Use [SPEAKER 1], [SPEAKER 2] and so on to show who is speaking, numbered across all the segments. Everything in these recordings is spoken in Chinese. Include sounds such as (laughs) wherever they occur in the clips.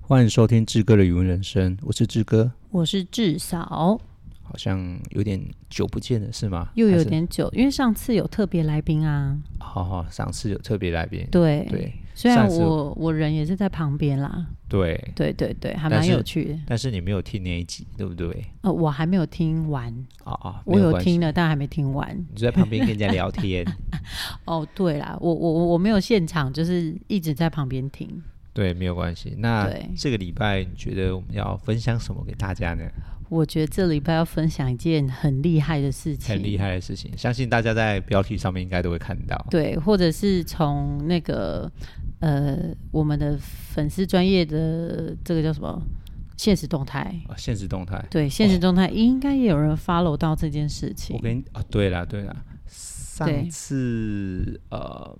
[SPEAKER 1] 欢迎收听志哥的语文人生，我是志哥。
[SPEAKER 2] 我是至少
[SPEAKER 1] 好像有点久不见了，是吗？
[SPEAKER 2] 又
[SPEAKER 1] 还
[SPEAKER 2] 有
[SPEAKER 1] 是
[SPEAKER 2] 点久，因为上次有特别来宾啊，
[SPEAKER 1] 好好，上次有特别来宾，
[SPEAKER 2] 对，
[SPEAKER 1] 对
[SPEAKER 2] 虽然
[SPEAKER 1] 上次
[SPEAKER 2] 我我人也是在旁边啦，
[SPEAKER 1] 对，
[SPEAKER 2] 对对对，还
[SPEAKER 1] 但
[SPEAKER 2] 蛮
[SPEAKER 1] 是
[SPEAKER 2] 有趣的。
[SPEAKER 1] 但是你没有听那一集，对不对？
[SPEAKER 2] 呃，我还没有听完，
[SPEAKER 1] 啊啊，
[SPEAKER 2] 我
[SPEAKER 1] 没有
[SPEAKER 2] 有
[SPEAKER 1] 关系
[SPEAKER 2] 听，了，但还没听完。
[SPEAKER 1] 你就在旁边跟人家聊
[SPEAKER 2] (laughs)
[SPEAKER 1] 天，
[SPEAKER 2] 哦，对啦，我我我我没有现场，就是一直在旁边听。
[SPEAKER 1] 对，没有关系。那
[SPEAKER 2] 对
[SPEAKER 1] 这个礼拜你觉得我们要分享什么给大家呢？
[SPEAKER 2] 我觉得这礼拜要分享一件很厉害的事情，
[SPEAKER 1] 很厉
[SPEAKER 2] 害。
[SPEAKER 1] 害的事情，相信大家在标题上面应该都会看到。
[SPEAKER 2] 对，或者是从那个呃，我们的粉丝专业的这个叫什么现实动态，
[SPEAKER 1] 啊，现实动态，
[SPEAKER 2] 对，现实动态应该也有人 follow 到这件事情
[SPEAKER 1] 我。跟你啊，对啦对啦，上
[SPEAKER 2] 对
[SPEAKER 1] 次呃，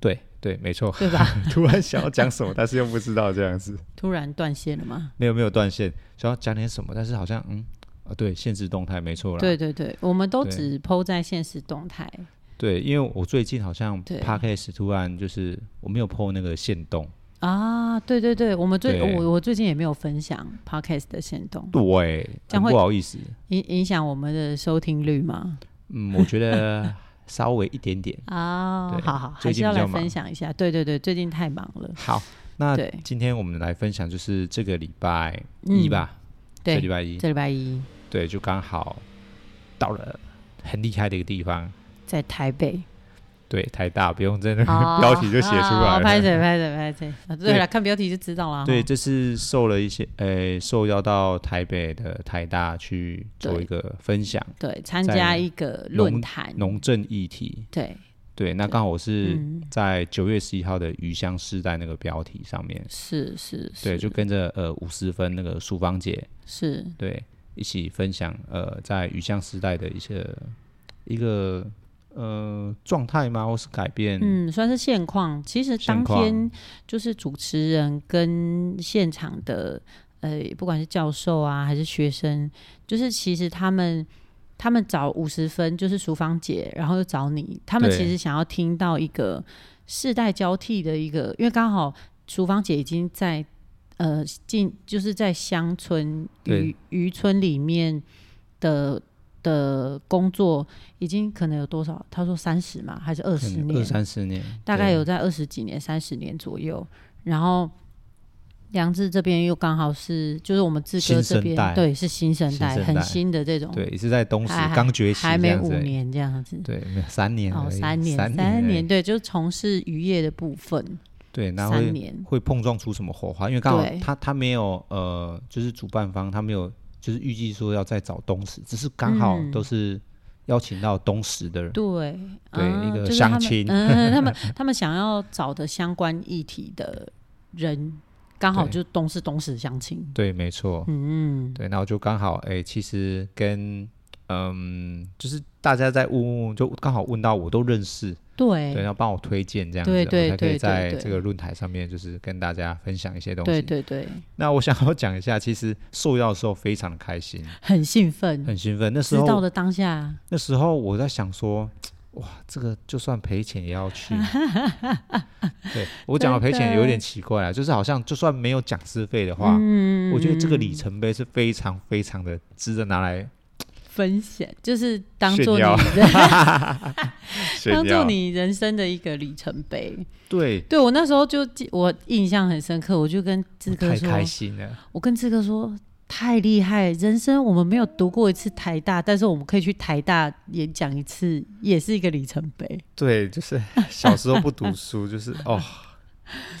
[SPEAKER 1] 对对，没错，
[SPEAKER 2] 对吧？
[SPEAKER 1] (laughs) 突然想要讲什么，但是又不知道这样
[SPEAKER 2] (laughs)
[SPEAKER 1] 子。
[SPEAKER 2] 突然断线了吗？
[SPEAKER 1] 没有没有断线，想要讲点什么，但是好像嗯啊，对，限制动态没错啦。
[SPEAKER 2] 对对对，我们都
[SPEAKER 1] 对
[SPEAKER 2] 只 PO 在现实动态。
[SPEAKER 1] 对因为我最近好像
[SPEAKER 2] 对
[SPEAKER 1] podcast 突然就是我没有 PO 那个限动，
[SPEAKER 2] 啊，对对对，我们最
[SPEAKER 1] 对
[SPEAKER 2] 我我最近也没有分享 podcast 的行动，
[SPEAKER 1] 对，
[SPEAKER 2] 这
[SPEAKER 1] 很
[SPEAKER 2] 样会
[SPEAKER 1] 不好意思，
[SPEAKER 2] 影影响我们的收听率吗？ (laughs)
[SPEAKER 1] 嗯，我觉得稍微一点点。
[SPEAKER 2] 啊
[SPEAKER 1] 对，
[SPEAKER 2] 好好，
[SPEAKER 1] 最
[SPEAKER 2] 还是
[SPEAKER 1] 近
[SPEAKER 2] 要
[SPEAKER 1] 比较
[SPEAKER 2] 来
[SPEAKER 1] 忙
[SPEAKER 2] 分享一下。对对对，最近太忙了。
[SPEAKER 1] 好，那
[SPEAKER 2] 对
[SPEAKER 1] 今天我们来分享就是这个礼拜
[SPEAKER 2] 嗯
[SPEAKER 1] 一吧，这礼
[SPEAKER 2] 对，
[SPEAKER 1] 拜一，
[SPEAKER 2] 这礼拜一
[SPEAKER 1] 对，就刚好到了很厉害的一个地方，
[SPEAKER 2] 在台北，
[SPEAKER 1] (laughs) 对，台大不用在那个
[SPEAKER 2] 哦
[SPEAKER 1] (laughs) 标题就写出来
[SPEAKER 2] 哦拍哦
[SPEAKER 1] 了。
[SPEAKER 2] 谁拍谁拍谁。啊对
[SPEAKER 1] 对
[SPEAKER 2] 了，看标题就知道了。
[SPEAKER 1] 对，
[SPEAKER 2] 哈
[SPEAKER 1] 这是受了一些，呃，受邀到台北的台大去做
[SPEAKER 2] 对
[SPEAKER 1] 一个分享
[SPEAKER 2] 对，参
[SPEAKER 1] 在
[SPEAKER 2] 加一个
[SPEAKER 1] 农
[SPEAKER 2] 论坛，
[SPEAKER 1] 农政议题。
[SPEAKER 2] 对，
[SPEAKER 1] 对，那刚好我是
[SPEAKER 2] 嗯，
[SPEAKER 1] 在九月十一号的余香世代那个标题上面，
[SPEAKER 2] 是是是，
[SPEAKER 1] 对，就跟着呃五十分那个淑芳姐，
[SPEAKER 2] 是
[SPEAKER 1] 对，一起分享呃在余香世代的一些一个呃状态吗，或是改变？
[SPEAKER 2] 嗯，算是现况。其实
[SPEAKER 1] 现
[SPEAKER 2] 当
[SPEAKER 1] 况
[SPEAKER 2] 天就是主持人跟现场的呃，不管是教授啊还是学生，就是其实他们他们找五十分，就是淑芳姐，然后又找你，他们
[SPEAKER 1] 对
[SPEAKER 2] 其实想要听到一个世代交替的一个，因为刚好淑芳姐已经在呃进就是在乡村
[SPEAKER 1] 对
[SPEAKER 2] 渔渔村里面的。的工作已经可能有多少？他说三十嘛，还是二
[SPEAKER 1] 可
[SPEAKER 2] 十
[SPEAKER 1] 能嗯
[SPEAKER 2] 年？
[SPEAKER 1] 二三十年，
[SPEAKER 2] 大概
[SPEAKER 1] 对
[SPEAKER 2] 有在二十几年、三十年左右。然后杨志这边又刚好是，就是我们志哥
[SPEAKER 1] 新
[SPEAKER 2] 这
[SPEAKER 1] 生代
[SPEAKER 2] 边对是新生代，
[SPEAKER 1] 新生代
[SPEAKER 2] 很新的这种，
[SPEAKER 1] 对，也是在东石
[SPEAKER 2] 还还
[SPEAKER 1] 刚崛起
[SPEAKER 2] 还
[SPEAKER 1] 这
[SPEAKER 2] 没
[SPEAKER 1] 样
[SPEAKER 2] 五
[SPEAKER 1] 子而已，
[SPEAKER 2] 年这样子。
[SPEAKER 1] 对，没有三年
[SPEAKER 2] 哦，
[SPEAKER 1] 而已
[SPEAKER 2] 三年，
[SPEAKER 1] 三而
[SPEAKER 2] 三
[SPEAKER 1] 已
[SPEAKER 2] 年，对，就是从事渔业的部分，
[SPEAKER 1] 对，那
[SPEAKER 2] 三
[SPEAKER 1] 会
[SPEAKER 2] 年，
[SPEAKER 1] 会碰撞出什么火花？因为刚好
[SPEAKER 2] 对
[SPEAKER 1] 他他没有呃，就是主办方他没有就是预计说要再找东石，只是刚好
[SPEAKER 2] 嗯
[SPEAKER 1] 都是邀请到东石的人，
[SPEAKER 2] 对，
[SPEAKER 1] 对
[SPEAKER 2] 啊
[SPEAKER 1] 一个
[SPEAKER 2] 就是他们
[SPEAKER 1] 相亲
[SPEAKER 2] 嗯，
[SPEAKER 1] (laughs)
[SPEAKER 2] 他们他们想要找的相关议题的人，刚好
[SPEAKER 1] 对
[SPEAKER 2] 就东是东石相亲，
[SPEAKER 1] 对，没错，
[SPEAKER 2] 嗯，
[SPEAKER 1] 对，那我就刚好哎、其实跟嗯，就是大家在问问，就刚好问到我都认识，
[SPEAKER 2] 对
[SPEAKER 1] 对，然后帮我推荐这样子，
[SPEAKER 2] 对对
[SPEAKER 1] 我才可以
[SPEAKER 2] 对对
[SPEAKER 1] 在
[SPEAKER 2] 对
[SPEAKER 1] 这个论坛上面就是跟大家分享一些东西，
[SPEAKER 2] 对对对，
[SPEAKER 1] 那我想要讲一下，其实受邀的时候非常的开心，
[SPEAKER 2] 很兴奋，
[SPEAKER 1] 很兴奋。那时
[SPEAKER 2] 知道
[SPEAKER 1] 候
[SPEAKER 2] 的当下，
[SPEAKER 1] 那时候我在想说，哇，这个就算赔钱也要去。啊对我讲的赔钱有点奇怪啊，就是好像就算没有讲师费的话，
[SPEAKER 2] 嗯
[SPEAKER 1] 我觉得这个里程碑是非常非常的值得拿来
[SPEAKER 2] 分享，就是当做
[SPEAKER 1] 炫
[SPEAKER 2] 你
[SPEAKER 1] 耀
[SPEAKER 2] 人
[SPEAKER 1] 炫
[SPEAKER 2] 当做你人生的一个里程碑。
[SPEAKER 1] 对，
[SPEAKER 2] 对我那时候就记我印象很深刻，我就跟志哥
[SPEAKER 1] 太
[SPEAKER 2] 说，
[SPEAKER 1] 开心了。
[SPEAKER 2] 我跟志哥说太厉害，人生我们没有读过一次台大，但是我们可以去台大演讲一次，也是一个里程碑。
[SPEAKER 1] 对，就是
[SPEAKER 2] (laughs)
[SPEAKER 1] 小时候不读书，就是哦，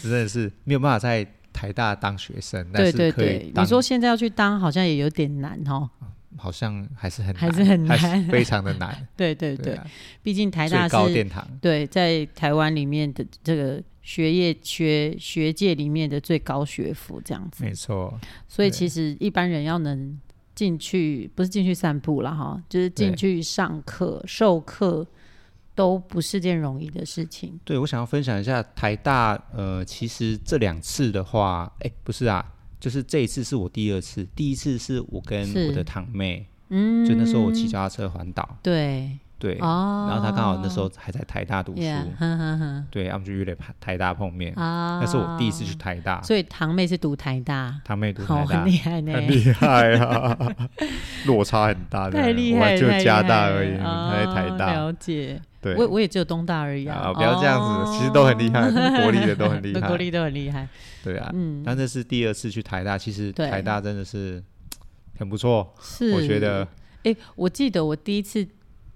[SPEAKER 1] 真的是没有办法在台大当学生，但
[SPEAKER 2] 对
[SPEAKER 1] 是
[SPEAKER 2] 对
[SPEAKER 1] 可以
[SPEAKER 2] 对，
[SPEAKER 1] 当
[SPEAKER 2] 你说现在要去当好像也有点难哦。
[SPEAKER 1] 好像还是很
[SPEAKER 2] 还是很
[SPEAKER 1] 还
[SPEAKER 2] 难
[SPEAKER 1] 非常的难。
[SPEAKER 2] 对 (laughs) 对对，
[SPEAKER 1] 对啊，
[SPEAKER 2] 毕竟台大
[SPEAKER 1] 最高
[SPEAKER 2] 是
[SPEAKER 1] 殿堂，
[SPEAKER 2] 对，在台湾里面的这个学业学学界里面的最高学府这样子，
[SPEAKER 1] 没错，
[SPEAKER 2] 所
[SPEAKER 1] 对
[SPEAKER 2] 以其实一般人要能进去，不是进去散步了哈，就是进
[SPEAKER 1] 对
[SPEAKER 2] 去上课、授课，都不是件容易的事情。
[SPEAKER 1] 对我想要分享一下台大，呃，其实这两次的话，哎、不是啊，就是这一次是我第二次，第一次是我跟
[SPEAKER 2] 是
[SPEAKER 1] 我的堂妹，
[SPEAKER 2] 嗯，
[SPEAKER 1] 就那时候我骑脚踏车环岛，
[SPEAKER 2] 对
[SPEAKER 1] 对，
[SPEAKER 2] 哦，
[SPEAKER 1] 然后他刚好那时候还在台大读书，
[SPEAKER 2] Yeah，哼哼哼
[SPEAKER 1] 对，他们就约了台大碰面，
[SPEAKER 2] 啊，
[SPEAKER 1] 那是我第一次去，台大，
[SPEAKER 2] 所以堂妹是读台大，
[SPEAKER 1] 堂妹读
[SPEAKER 2] 好，
[SPEAKER 1] 台大
[SPEAKER 2] 很，厉害呢，
[SPEAKER 1] 很厉害啊， (laughs) 落差很大的，
[SPEAKER 2] 太厉
[SPEAKER 1] 我
[SPEAKER 2] 害
[SPEAKER 1] 还
[SPEAKER 2] 了，
[SPEAKER 1] 就
[SPEAKER 2] 太厉
[SPEAKER 1] 加大
[SPEAKER 2] 害了
[SPEAKER 1] 而已，他在台
[SPEAKER 2] 哦
[SPEAKER 1] 大，
[SPEAKER 2] 了解，
[SPEAKER 1] 对，
[SPEAKER 2] 我我也只有东大而已
[SPEAKER 1] 啊不要这样子其实都很厉害 (laughs)
[SPEAKER 2] 哦
[SPEAKER 1] 国立的都很
[SPEAKER 2] (laughs)
[SPEAKER 1] 厉害
[SPEAKER 2] 国立都很厉害，
[SPEAKER 1] 对啊，
[SPEAKER 2] 嗯，
[SPEAKER 1] 但这是第二次去台大，其实
[SPEAKER 2] 对
[SPEAKER 1] 台大真的是很不错，
[SPEAKER 2] 是，
[SPEAKER 1] 我觉得，
[SPEAKER 2] 哎、我记得我第一次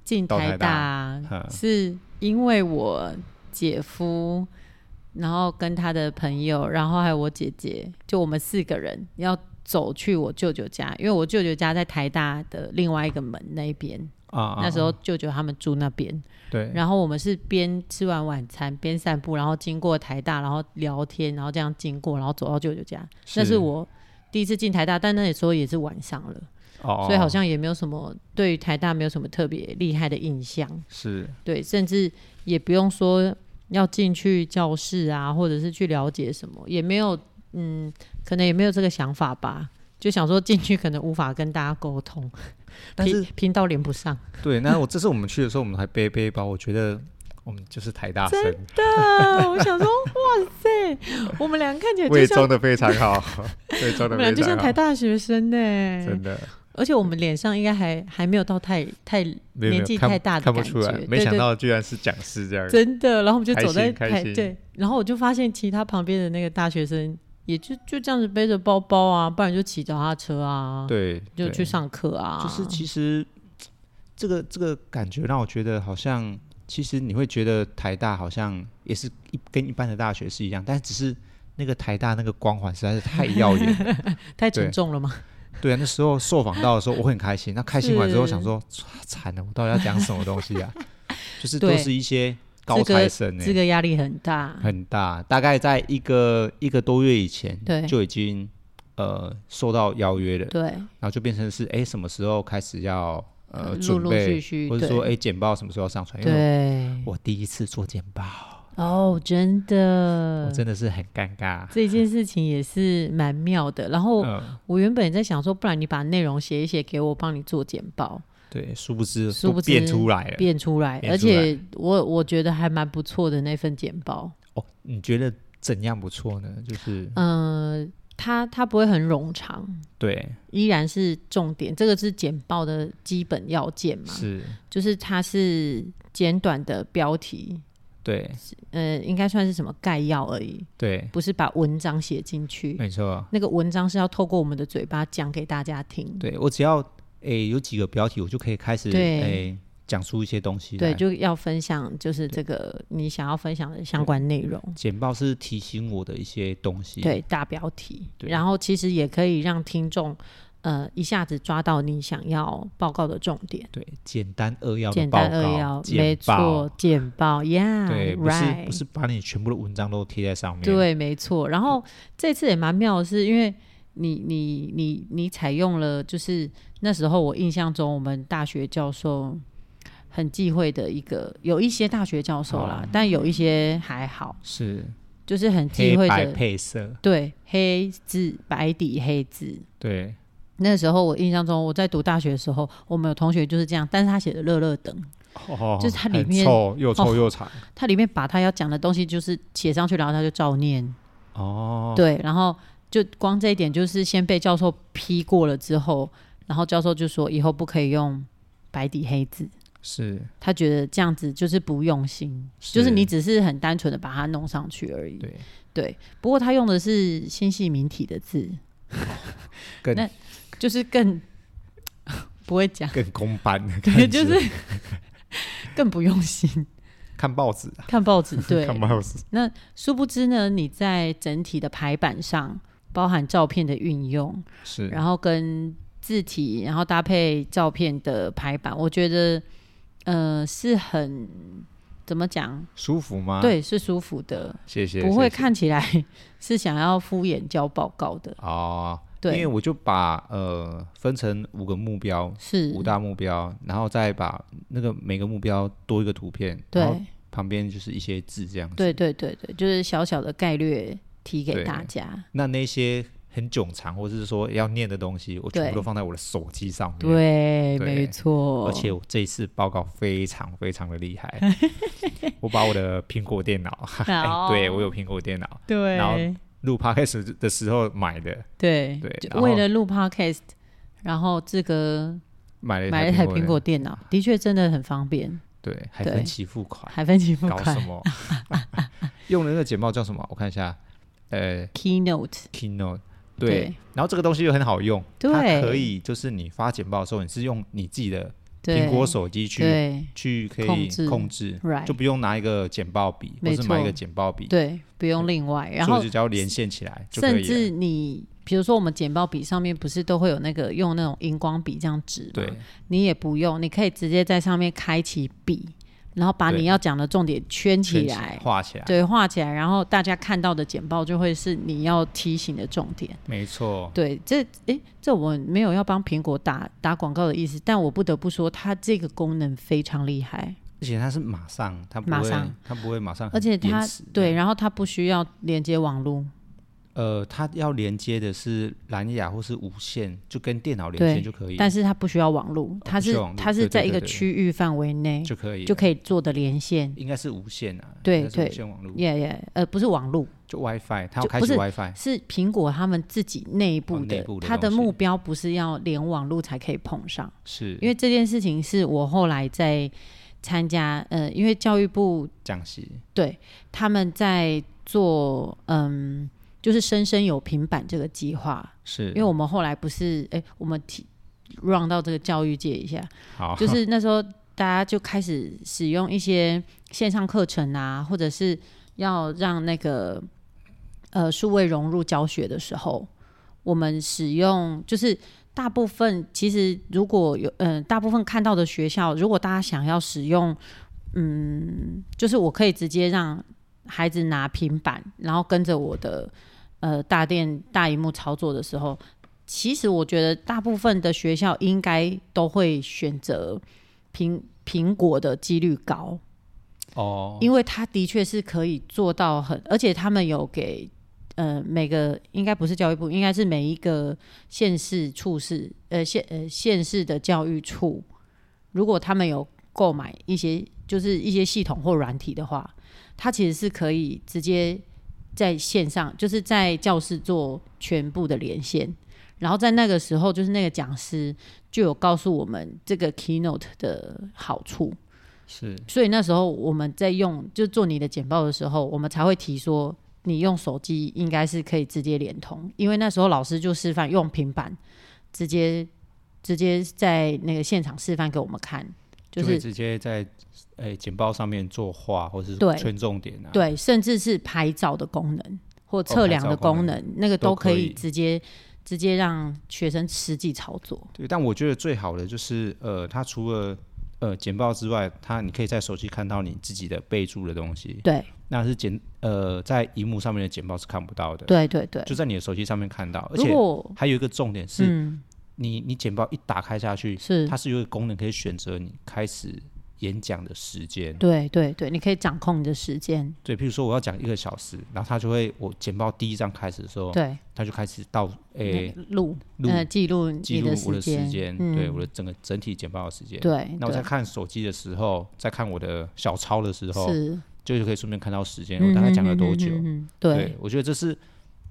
[SPEAKER 2] 进
[SPEAKER 1] 到
[SPEAKER 2] 台
[SPEAKER 1] 台
[SPEAKER 2] 大
[SPEAKER 1] 嗯
[SPEAKER 2] 是因为我姐夫，然后跟他的朋友，然后还有我姐姐，就我们四个人要走去我舅舅家，因为我舅舅家在台大的另外一个门那一边，
[SPEAKER 1] 啊啊，
[SPEAKER 2] 那时
[SPEAKER 1] 啊
[SPEAKER 2] 候舅舅他们住那边，
[SPEAKER 1] 对，
[SPEAKER 2] 然后我们是边吃完晚餐边散步，然后经过台大，然后聊天，然后这样经过，然后走到舅舅家，那是我。第一次进台大，但那时候也是晚上了。
[SPEAKER 1] 哦，
[SPEAKER 2] 所以好像也没有什么对于台大没有什么特别厉害的印象，
[SPEAKER 1] 哦是
[SPEAKER 2] 对，甚至也不用说要进去教室啊，或者是去了解什么，也没有，嗯，可能也没有这个想法吧，就想说进去可能无法跟大家沟通，
[SPEAKER 1] 但是
[SPEAKER 2] 拼拼到连不 (laughs) 上，
[SPEAKER 1] 对，那我这次我们去的时候，我们还背背包，我觉得我们就是台大生，
[SPEAKER 2] 的，啊我想说，哇塞，我们俩看起来就
[SPEAKER 1] 伪
[SPEAKER 2] 像
[SPEAKER 1] 装。的非常好， (laughs) 伪装
[SPEAKER 2] 我
[SPEAKER 1] 的
[SPEAKER 2] 们俩
[SPEAKER 1] 非
[SPEAKER 2] 就像
[SPEAKER 1] 常
[SPEAKER 2] 台
[SPEAKER 1] 好，
[SPEAKER 2] 大学生呢、
[SPEAKER 1] 真的
[SPEAKER 2] 而且我们脸上应该还还没有到太太
[SPEAKER 1] 没有没
[SPEAKER 2] 年
[SPEAKER 1] 有
[SPEAKER 2] 纪
[SPEAKER 1] 看
[SPEAKER 2] 太大的
[SPEAKER 1] 看不
[SPEAKER 2] 感
[SPEAKER 1] 出来
[SPEAKER 2] 觉，
[SPEAKER 1] 没
[SPEAKER 2] 对
[SPEAKER 1] 想
[SPEAKER 2] 对
[SPEAKER 1] 到居然是讲师这样，
[SPEAKER 2] 真的，然后我们就
[SPEAKER 1] 开
[SPEAKER 2] 走在
[SPEAKER 1] 心开
[SPEAKER 2] 台
[SPEAKER 1] 心
[SPEAKER 2] 对，然后我就发现其他旁边的那个大学生也就就这样子背着包包啊，不然就骑脚踏车啊，
[SPEAKER 1] 对，
[SPEAKER 2] 就
[SPEAKER 1] 对
[SPEAKER 2] 去上课啊，
[SPEAKER 1] 就是其实这个这个感觉让我觉得好像，其实你会觉得台大好像也是一跟一般的大学是一样，但只是那个台大那个光环实在是太耀眼了。 (laughs)
[SPEAKER 2] 太沉
[SPEAKER 1] 对
[SPEAKER 2] 重了嘛，
[SPEAKER 1] 对啊，那时候受访到的时候我会很开心，那开心完之后
[SPEAKER 2] 是
[SPEAKER 1] 想说，啊惨了，我到底要讲什么东西啊？ (laughs) 就是
[SPEAKER 2] 对
[SPEAKER 1] 都是一些高
[SPEAKER 2] 这个
[SPEAKER 1] 材生呢、欸
[SPEAKER 2] 这个压力很大，
[SPEAKER 1] 很大，大概在一个一个多月以前
[SPEAKER 2] 对
[SPEAKER 1] 就已经呃受到邀约了，
[SPEAKER 2] 对
[SPEAKER 1] 然后就变成是哎、诶什么时候开始要
[SPEAKER 2] 呃
[SPEAKER 1] 呃
[SPEAKER 2] 陆
[SPEAKER 1] 准
[SPEAKER 2] 陆
[SPEAKER 1] 备，
[SPEAKER 2] 续续
[SPEAKER 1] 或者
[SPEAKER 2] 对
[SPEAKER 1] 说哎、诶简报什么时候要上传？因为
[SPEAKER 2] 对，
[SPEAKER 1] 我第一次做简报，
[SPEAKER 2] 哦，真
[SPEAKER 1] 我
[SPEAKER 2] 的。
[SPEAKER 1] 真的是很尴尬。
[SPEAKER 2] 这件事情也是蛮妙的，然后
[SPEAKER 1] 嗯，
[SPEAKER 2] 我原本也在想说，不然你把内容写一写给我，帮你做简报，
[SPEAKER 1] 对，殊不知
[SPEAKER 2] 殊
[SPEAKER 1] 都
[SPEAKER 2] 不知
[SPEAKER 1] 变出来了。
[SPEAKER 2] 变出来，
[SPEAKER 1] 变
[SPEAKER 2] 而
[SPEAKER 1] 出来
[SPEAKER 2] 且我我觉得还蛮不错的那份简报。
[SPEAKER 1] 哦，你觉得怎样不错呢？就是
[SPEAKER 2] 嗯，它它不会很冗长，
[SPEAKER 1] 对，
[SPEAKER 2] 依然是重点，这个是简报的基本要件嘛，
[SPEAKER 1] 是，
[SPEAKER 2] 就是它是简短的标题，
[SPEAKER 1] 对，
[SPEAKER 2] 呃，应该算是什么概要而已，
[SPEAKER 1] 对，
[SPEAKER 2] 不是把文章写进去。
[SPEAKER 1] 没错。
[SPEAKER 2] 那个文章是要透过我们的嘴巴讲给大家听，
[SPEAKER 1] 对我只要诶、有几个标题，我就可以开始
[SPEAKER 2] 对
[SPEAKER 1] 诶讲、出一些东西来。
[SPEAKER 2] 对，就要分享，就是这个你想要分享的相关内容。
[SPEAKER 1] 简报是提醒我的一些东西。
[SPEAKER 2] 对大标题，
[SPEAKER 1] 对
[SPEAKER 2] 然后其实也可以让听众呃一下子抓到你想要报告的重点。
[SPEAKER 1] 对，简单扼要的
[SPEAKER 2] 简
[SPEAKER 1] 报
[SPEAKER 2] 单
[SPEAKER 1] 告，
[SPEAKER 2] 扼要，
[SPEAKER 1] 简
[SPEAKER 2] 没
[SPEAKER 1] 报
[SPEAKER 2] 错，，简报，Yeah，
[SPEAKER 1] 对，不是
[SPEAKER 2] right
[SPEAKER 1] 不是把你全部的文章都贴在上面。
[SPEAKER 2] 对，没错。然后这次也蛮妙的是，因为你你你你采用了，就是那时候我印象中我们大学教授很忌讳的一个，有一些大学教授啦，
[SPEAKER 1] 哦
[SPEAKER 2] 但有一些还好，
[SPEAKER 1] 是
[SPEAKER 2] 就是很忌
[SPEAKER 1] 黑
[SPEAKER 2] 讳
[SPEAKER 1] 白
[SPEAKER 2] 的，
[SPEAKER 1] 配色。
[SPEAKER 2] 对，黑字白底黑字。
[SPEAKER 1] 对，
[SPEAKER 2] 那时候我印象中，我在读大学的时候，我们有同学就是这样，但是他写的乐乐等，
[SPEAKER 1] 哦
[SPEAKER 2] 就是它里
[SPEAKER 1] 很
[SPEAKER 2] 面
[SPEAKER 1] 臭又
[SPEAKER 2] 哦
[SPEAKER 1] 臭又
[SPEAKER 2] (laughs)
[SPEAKER 1] 长。
[SPEAKER 2] 他里面把他要讲的东西就是写上去，然后他就照念，
[SPEAKER 1] 哦，
[SPEAKER 2] 对，然后就光这一点，就是先被教授批过了之后，然后教授就说以后不可以用白底黑字，
[SPEAKER 1] 是，
[SPEAKER 2] 他觉得这样子就是不用心，就是你只是很单纯的把它弄上去而已。
[SPEAKER 1] 对
[SPEAKER 2] 对不过他用的是新细明体的字，
[SPEAKER 1] 更
[SPEAKER 2] (laughs) 那就是更 (laughs) 不会讲，
[SPEAKER 1] 更公版的感
[SPEAKER 2] 对，
[SPEAKER 1] 觉，(laughs)
[SPEAKER 2] (laughs) 就是更不用心。
[SPEAKER 1] 看报纸啊，
[SPEAKER 2] 看报纸，对，
[SPEAKER 1] 看报纸。
[SPEAKER 2] 殊不知呢，你在整体的排版上，包含照片的运用，
[SPEAKER 1] 是，
[SPEAKER 2] 然后跟字体，然后搭配照片的排版，我觉得呃是很怎么讲？
[SPEAKER 1] 舒服吗？，
[SPEAKER 2] 对，是舒服的，
[SPEAKER 1] 谢谢。
[SPEAKER 2] 不会
[SPEAKER 1] 谢谢
[SPEAKER 2] 看起来 (laughs) 是想要敷衍交报告的。
[SPEAKER 1] 哦，因为
[SPEAKER 2] 对，
[SPEAKER 1] 我就把呃分成五个目标，
[SPEAKER 2] 是
[SPEAKER 1] 五，大目标，然后再把那个每个目标多一个图片，然后
[SPEAKER 2] 对，
[SPEAKER 1] 旁边就是一些字这样子。
[SPEAKER 2] 对对对对，就是小小的概略提给
[SPEAKER 1] 对
[SPEAKER 2] 大家。
[SPEAKER 1] 那那些很冗长，或者是说要念的东西，我全
[SPEAKER 2] 对
[SPEAKER 1] 部都放在我的手机上面。对
[SPEAKER 2] 对，没错，
[SPEAKER 1] 而且我这一次报告非常非常的厉
[SPEAKER 2] (laughs)
[SPEAKER 1] 害，我把我的苹果电脑， (laughs) 哎
[SPEAKER 2] 好
[SPEAKER 1] 对我有苹果电脑，然
[SPEAKER 2] 对
[SPEAKER 1] 后录 podcast 的时候买的，
[SPEAKER 2] 对
[SPEAKER 1] 对
[SPEAKER 2] 就
[SPEAKER 1] 然
[SPEAKER 2] 为
[SPEAKER 1] 后
[SPEAKER 2] 了录 podcast，然后这个
[SPEAKER 1] 买了
[SPEAKER 2] 买了一台苹
[SPEAKER 1] 电
[SPEAKER 2] 果电脑，的确真的很方便，
[SPEAKER 1] 对，还
[SPEAKER 2] 对
[SPEAKER 1] 分期付款，
[SPEAKER 2] 还分期付
[SPEAKER 1] 搞什
[SPEAKER 2] 款。 (laughs)
[SPEAKER 1] 么？用的那个简报叫什么？我看一下，呃
[SPEAKER 2] Keynote，
[SPEAKER 1] ，Keynote。对
[SPEAKER 2] 对，
[SPEAKER 1] 然后这个东西又很好用，它
[SPEAKER 2] 对
[SPEAKER 1] 可以就是你发简报的时候，你是用你自己的
[SPEAKER 2] 对，
[SPEAKER 1] 苹果手机去
[SPEAKER 2] 对
[SPEAKER 1] 去可以
[SPEAKER 2] 控制
[SPEAKER 1] 控制，
[SPEAKER 2] ，right，
[SPEAKER 1] 就不用拿一个简报笔，或
[SPEAKER 2] 没
[SPEAKER 1] 是买一
[SPEAKER 2] 错
[SPEAKER 1] 个简报笔，
[SPEAKER 2] 对，不用另外，然
[SPEAKER 1] 所
[SPEAKER 2] 后
[SPEAKER 1] 以就只要连线起来就可
[SPEAKER 2] 甚
[SPEAKER 1] 以
[SPEAKER 2] 至
[SPEAKER 1] 了。
[SPEAKER 2] 你，比如说我们简报笔上面不是都会有那个用那种荧光笔这样指吗？
[SPEAKER 1] 对，
[SPEAKER 2] 你也不用，你可以直接在上面开启笔，然后把
[SPEAKER 1] 对
[SPEAKER 2] 你要讲的重点圈
[SPEAKER 1] 圈
[SPEAKER 2] 起
[SPEAKER 1] 起
[SPEAKER 2] 来，
[SPEAKER 1] 画起来，
[SPEAKER 2] 对，画起来，然后大家看到的简报就会是你要提醒的重点。
[SPEAKER 1] 没错，
[SPEAKER 2] 对，这诶，这我没有要帮苹果打打广告的意思，但我不得不说，它这个功能非常厉害，
[SPEAKER 1] 而且它是马上，它不
[SPEAKER 2] 马
[SPEAKER 1] 会
[SPEAKER 2] 上，
[SPEAKER 1] 它不会马上很
[SPEAKER 2] 而且
[SPEAKER 1] 延
[SPEAKER 2] 它
[SPEAKER 1] 迟嗯这样
[SPEAKER 2] 对，然后它不需要连接网络，
[SPEAKER 1] 呃，它要连接的是蓝牙或是无线，就跟电脑连
[SPEAKER 2] 对
[SPEAKER 1] 线就可以，哦
[SPEAKER 2] 但是它不需要网络，它
[SPEAKER 1] 不需
[SPEAKER 2] 是
[SPEAKER 1] 要网络
[SPEAKER 2] 它
[SPEAKER 1] 对
[SPEAKER 2] 是
[SPEAKER 1] 对
[SPEAKER 2] 在
[SPEAKER 1] 对
[SPEAKER 2] 一个
[SPEAKER 1] 对
[SPEAKER 2] 区域范围内
[SPEAKER 1] 就可以了，
[SPEAKER 2] 就可以做的连线。
[SPEAKER 1] 应该是无线啊，
[SPEAKER 2] 对
[SPEAKER 1] 应该是
[SPEAKER 2] 对
[SPEAKER 1] 无线网络
[SPEAKER 2] 耶耶，呃，不是网络，
[SPEAKER 1] 就 WiFi，它要
[SPEAKER 2] 就
[SPEAKER 1] 开
[SPEAKER 2] 不
[SPEAKER 1] 启
[SPEAKER 2] 是
[SPEAKER 1] WiFi，
[SPEAKER 2] 是苹果他们自己内部
[SPEAKER 1] 哦内
[SPEAKER 2] 的，
[SPEAKER 1] 部的
[SPEAKER 2] 它的
[SPEAKER 1] 东西
[SPEAKER 2] 目标不是要连网络才可以碰上，
[SPEAKER 1] 是
[SPEAKER 2] 因为这件事情是我后来在参加，呃，因为教育部
[SPEAKER 1] 讲习
[SPEAKER 2] 对他们在做，嗯，就是生生有平板这个计划，
[SPEAKER 1] 是，
[SPEAKER 2] 因为我们后来不是，哎，我们提 run 到这个教育界一下，
[SPEAKER 1] 好
[SPEAKER 2] 就是那时候大家就开始使用一些线上课程啊，或者是要让那个呃数位融入教学的时候，我们使用就是大部分其实如果有嗯、呃大部分看到的学校，如果大家想要使用，嗯，就是我可以直接让孩子拿平板，然后跟着我的呃大电大荧幕操作的时候，其实我觉得大部分的学校应该都会选择苹苹果的几率高，
[SPEAKER 1] 哦，
[SPEAKER 2] 因为它的确是可以做到很，而且他们有给呃每个应该不是教育部，应该是每一个县市处室呃县呃县市的教育处，如果他们有购买一些就是一些系统或软体的话，它其实是可以直接在线上，就是在教室做全部的连线。然后在那个时候，就是那个讲师就有告诉我们这个 keynote 的好处，
[SPEAKER 1] 是
[SPEAKER 2] 所以那时候我们在用，就做你的简报的时候，我们才会提说，你用手机应该是可以直接连通，因为那时候老师就示范用平板直接直接在那个现场示范给我们看，就
[SPEAKER 1] 可以
[SPEAKER 2] 是
[SPEAKER 1] 直接在诶简报上面作画或是
[SPEAKER 2] 对
[SPEAKER 1] 圈重点啊，
[SPEAKER 2] 对，甚至是拍照的功能或
[SPEAKER 1] 拍
[SPEAKER 2] 测量
[SPEAKER 1] 照
[SPEAKER 2] 的
[SPEAKER 1] 功
[SPEAKER 2] 功能，那个
[SPEAKER 1] 都
[SPEAKER 2] 都
[SPEAKER 1] 可
[SPEAKER 2] 可
[SPEAKER 1] 以
[SPEAKER 2] 以直接直接让学生实际操作。
[SPEAKER 1] 对，但我觉得最好的就是，呃，它除了呃简报之外，它你可以在手机看到你自己的备注的东西，
[SPEAKER 2] 对
[SPEAKER 1] 那是简呃在荧幕上面的简报是看不到的，
[SPEAKER 2] 对对对，
[SPEAKER 1] 就在你的手机上面看到。而
[SPEAKER 2] 如
[SPEAKER 1] 且
[SPEAKER 2] 果
[SPEAKER 1] 还有一个重点是，
[SPEAKER 2] 嗯
[SPEAKER 1] 你你简报一打开下去，
[SPEAKER 2] 是
[SPEAKER 1] 它是有一个功能可以选择你开始演讲的时间。
[SPEAKER 2] 对对对，你可以掌控你的时间，
[SPEAKER 1] 对，譬如说我要讲一个小时，然后它就会我简报第一章开始的时候，
[SPEAKER 2] 对，
[SPEAKER 1] 它就开始到
[SPEAKER 2] 那
[SPEAKER 1] 诶
[SPEAKER 2] 个录
[SPEAKER 1] 录
[SPEAKER 2] 呃记录
[SPEAKER 1] 记
[SPEAKER 2] 你
[SPEAKER 1] 录我
[SPEAKER 2] 时
[SPEAKER 1] 的时间，
[SPEAKER 2] 嗯
[SPEAKER 1] 对我的整个整体简报的时间。
[SPEAKER 2] 对，
[SPEAKER 1] 那我在
[SPEAKER 2] 对
[SPEAKER 1] 看手机的时候，在看我的小抄的时候，
[SPEAKER 2] 是，
[SPEAKER 1] 就是可以顺便看到时间，
[SPEAKER 2] 嗯
[SPEAKER 1] 我大概
[SPEAKER 2] 哼
[SPEAKER 1] 讲了
[SPEAKER 2] 哼
[SPEAKER 1] 多
[SPEAKER 2] 哼
[SPEAKER 1] 久
[SPEAKER 2] 哼。嗯哼对
[SPEAKER 1] 我觉得这是，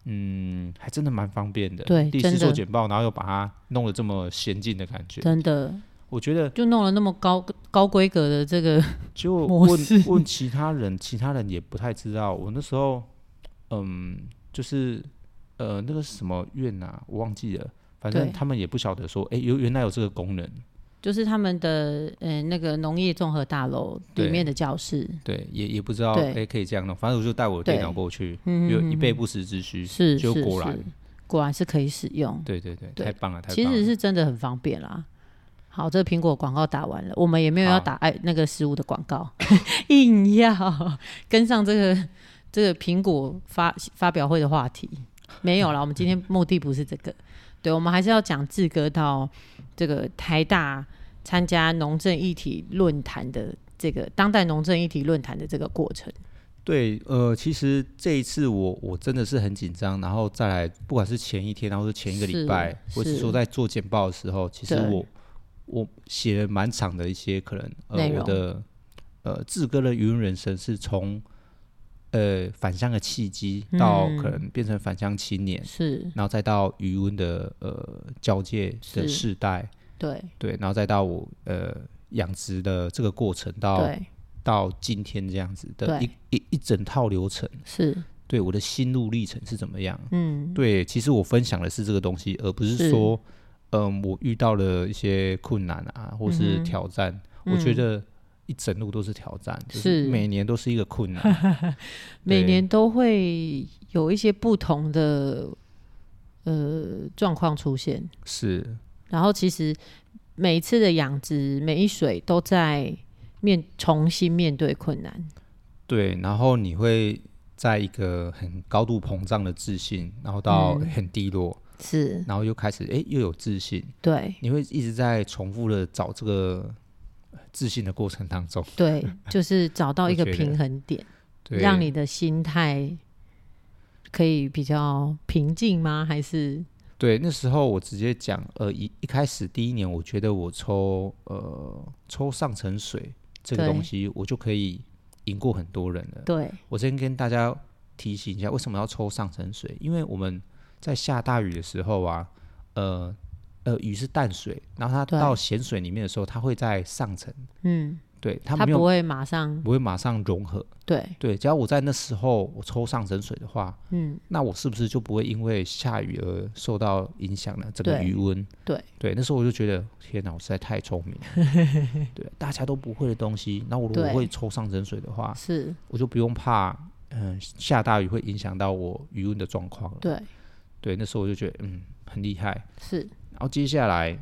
[SPEAKER 1] 嗯，还真的蛮方便的。
[SPEAKER 2] 对
[SPEAKER 1] 第一次
[SPEAKER 2] 真的
[SPEAKER 1] 做简报，然后又把它弄得这么先进的感觉，
[SPEAKER 2] 真的
[SPEAKER 1] 我觉得
[SPEAKER 2] 就弄了那么高高规格的这个， (laughs)
[SPEAKER 1] 就
[SPEAKER 2] 模
[SPEAKER 1] 问问其他人，其他人也不太知道。我那时候，嗯，就是呃，那个是什么院啊，我忘记了，反正
[SPEAKER 2] 对
[SPEAKER 1] 他们也不晓得说，哎、有原来有这个功能，
[SPEAKER 2] 就是他们的呃那个农业综合大楼
[SPEAKER 1] 对
[SPEAKER 2] 里面的教室
[SPEAKER 1] 对，也也不知道，哎、
[SPEAKER 2] 对
[SPEAKER 1] 可以这样弄。反正我就带我的
[SPEAKER 2] 对
[SPEAKER 1] 电脑过去，
[SPEAKER 2] 嗯
[SPEAKER 1] 有
[SPEAKER 2] 嗯
[SPEAKER 1] 以
[SPEAKER 2] 嗯
[SPEAKER 1] 备不时之需。
[SPEAKER 2] 是
[SPEAKER 1] 就是果然
[SPEAKER 2] 是，果然是可以使用，
[SPEAKER 1] 对对对，
[SPEAKER 2] 对
[SPEAKER 1] 太棒了，太棒了。
[SPEAKER 2] 其实是真的很方便啦。好，这个苹果广告打完了，我们也没有要
[SPEAKER 1] 好
[SPEAKER 2] 打爱那个食物的广告， (laughs) 硬要跟上这个这个苹果发发表会的话题。没有啦，我们今天目的不是这个，对，我们还是要讲志哥到这个台大参加农政议题论坛的这个当代农政议题论坛的这个过程。
[SPEAKER 1] 对，呃，其实这一次我我真的是很紧张，然后再来，不管是前一天，然后是前一个
[SPEAKER 2] 是
[SPEAKER 1] 礼拜，或是
[SPEAKER 2] 是
[SPEAKER 1] 说在做简报的时候，其实
[SPEAKER 2] 对
[SPEAKER 1] 我我写了蛮长的一些可能呃
[SPEAKER 2] 内容
[SPEAKER 1] 我的呃志哥的语文人生是从呃返乡的契机到
[SPEAKER 2] 嗯
[SPEAKER 1] 可能变成返乡青年，
[SPEAKER 2] 是
[SPEAKER 1] 然后再到余温的呃交界的
[SPEAKER 2] 是
[SPEAKER 1] 世代，
[SPEAKER 2] 对
[SPEAKER 1] 对，然后再到我呃养殖的这个过程到
[SPEAKER 2] 对
[SPEAKER 1] 到今天这样子的
[SPEAKER 2] 对
[SPEAKER 1] 一一一整套流程，
[SPEAKER 2] 是
[SPEAKER 1] 对我的心路历程是怎么样？
[SPEAKER 2] 嗯
[SPEAKER 1] 对，其实我分享的是这个东西，而不是
[SPEAKER 2] 是
[SPEAKER 1] 说嗯我遇到了一些困难啊，或
[SPEAKER 2] 嗯
[SPEAKER 1] 是
[SPEAKER 2] 哼
[SPEAKER 1] 挑战，我觉
[SPEAKER 2] 嗯
[SPEAKER 1] 得。一整路都是挑战，就是是每年都是一个困
[SPEAKER 2] (laughs)
[SPEAKER 1] 难。
[SPEAKER 2] 每
[SPEAKER 1] 对
[SPEAKER 2] 年都会有一些不同的呃状况出现，
[SPEAKER 1] 是，
[SPEAKER 2] 然后其实每一次的养殖每一水都在面重新面对困难，
[SPEAKER 1] 对，然后你会在一个很高度膨胀的自信，然后到
[SPEAKER 2] 嗯
[SPEAKER 1] 很低落，
[SPEAKER 2] 是
[SPEAKER 1] 然后又开始哎又有自信，
[SPEAKER 2] 对
[SPEAKER 1] 你会一直在重复的找这个自信的过程当中， (laughs)
[SPEAKER 2] 对，就是找到一个
[SPEAKER 1] 我觉得
[SPEAKER 2] 平衡点，
[SPEAKER 1] 对，
[SPEAKER 2] 让你的心态可以比较平静吗？还是
[SPEAKER 1] 对那时候我直接讲，呃一一开始第一年，我觉得我抽呃抽上层水这个
[SPEAKER 2] 对
[SPEAKER 1] 东西，我就可以赢过很多人了。
[SPEAKER 2] 对
[SPEAKER 1] 我先跟大家提醒一下，为什么要抽上层水？因为我们在下大雨的时候啊，呃呃，雨是淡水，然后它
[SPEAKER 2] 对
[SPEAKER 1] 到咸水里面的时候，它会在上层，
[SPEAKER 2] 嗯，
[SPEAKER 1] 对，它
[SPEAKER 2] 他
[SPEAKER 1] 没有
[SPEAKER 2] 不会马上
[SPEAKER 1] 不会马上融合。
[SPEAKER 2] 对
[SPEAKER 1] 对，只要我在那时候我抽上层水的话，
[SPEAKER 2] 嗯
[SPEAKER 1] 那我是不是就不会因为下雨而受到影响了？整个
[SPEAKER 2] 对
[SPEAKER 1] 余温，
[SPEAKER 2] 对
[SPEAKER 1] 对，那时候我就觉得天哪，我实在太聪明
[SPEAKER 2] (laughs)
[SPEAKER 1] 了，对，大家都不会的东西，那我如果
[SPEAKER 2] 对
[SPEAKER 1] 会抽上层水的话，
[SPEAKER 2] 是
[SPEAKER 1] 我就不用怕，嗯、下大雨会影响到我余温的状况了。
[SPEAKER 2] 对
[SPEAKER 1] 对，那时候我就觉得嗯很厉害。
[SPEAKER 2] 是
[SPEAKER 1] 然后接下来，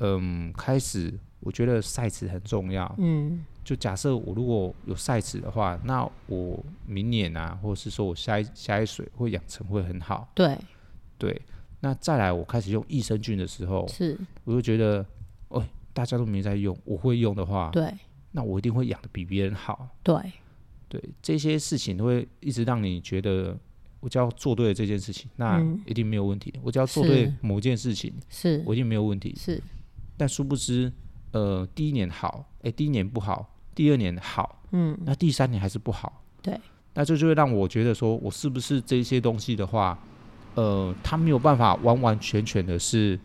[SPEAKER 1] 嗯，开始我觉得赛池很重要，
[SPEAKER 2] 嗯
[SPEAKER 1] 就假设我如果有赛池的话，那我明年啊，或者是说我下一下一水会养成会很好。
[SPEAKER 2] 对
[SPEAKER 1] 对，那再来我开始用益生菌的时候，
[SPEAKER 2] 是
[SPEAKER 1] 我就觉得，哦，大家都没在用，我会用的话，
[SPEAKER 2] 对
[SPEAKER 1] 那我一定会养的比别人好。
[SPEAKER 2] 对
[SPEAKER 1] 对，这些事情都会一直让你觉得，我只要做对了这件事情，那
[SPEAKER 2] 嗯
[SPEAKER 1] 一定没有问题。我只要做
[SPEAKER 2] 是
[SPEAKER 1] 对某件事情，
[SPEAKER 2] 是
[SPEAKER 1] 我一定没有问题。
[SPEAKER 2] 是
[SPEAKER 1] 但殊不知，呃，第一年好，哎，第一年不好，第二年好，
[SPEAKER 2] 嗯，
[SPEAKER 1] 那第三年还是不好，
[SPEAKER 2] 对，
[SPEAKER 1] 那这就会让我觉得说，我是不是这些东西的话，呃，它没有办法完完全全的是，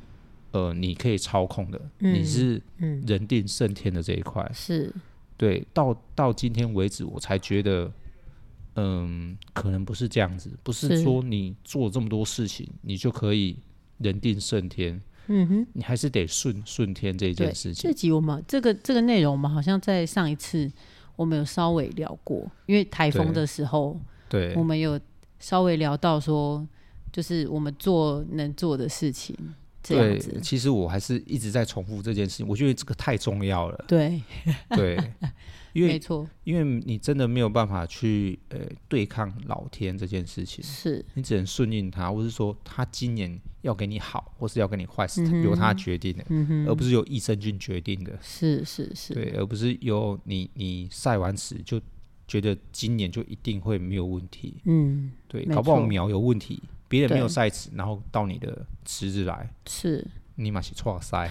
[SPEAKER 1] 呃，你可以操控的，你
[SPEAKER 2] 嗯
[SPEAKER 1] 是
[SPEAKER 2] 嗯
[SPEAKER 1] 人定胜天的这一块，
[SPEAKER 2] 是
[SPEAKER 1] 对，到到今天为止，我才觉得。嗯，可能不是这样子，不
[SPEAKER 2] 是
[SPEAKER 1] 是说你做这么多事情，你就可以人定胜天，
[SPEAKER 2] 嗯哼。
[SPEAKER 1] 你还是得顺顺天这一
[SPEAKER 2] 对
[SPEAKER 1] 件，事情
[SPEAKER 2] 这。集我们这个这个内容，我们好像在上一次我们有稍微聊过，因为台风
[SPEAKER 1] 对
[SPEAKER 2] 的时候，
[SPEAKER 1] 对
[SPEAKER 2] 我们有稍微聊到说，就是我们做能做的事情这样
[SPEAKER 1] 对
[SPEAKER 2] 子，。
[SPEAKER 1] 其实我还是一直在重复这件事情，我觉得这个太重要
[SPEAKER 2] (laughs)
[SPEAKER 1] 了。
[SPEAKER 2] 对，
[SPEAKER 1] 对，因
[SPEAKER 2] 没
[SPEAKER 1] 为嗯
[SPEAKER 2] 错，
[SPEAKER 1] 因为你真的没有办法去呃对抗老天这件事情，
[SPEAKER 2] 是
[SPEAKER 1] 你只能顺应他，或是说他今年要给你好，或是要给你坏，是
[SPEAKER 2] 嗯哼
[SPEAKER 1] 由他决定的，
[SPEAKER 2] 嗯哼，
[SPEAKER 1] 而不是由益生菌决定的。
[SPEAKER 2] 是是是，
[SPEAKER 1] 对，而不是由你你晒完屎就觉得今年就一定会没有问题。
[SPEAKER 2] 嗯，
[SPEAKER 1] 对，
[SPEAKER 2] 没
[SPEAKER 1] 搞不好
[SPEAKER 2] 错
[SPEAKER 1] 苗有问题，别人没有
[SPEAKER 2] 对
[SPEAKER 1] 晒池，然后到你的池子来，
[SPEAKER 2] 是
[SPEAKER 1] 你马是错
[SPEAKER 2] (laughs)
[SPEAKER 1] 塞。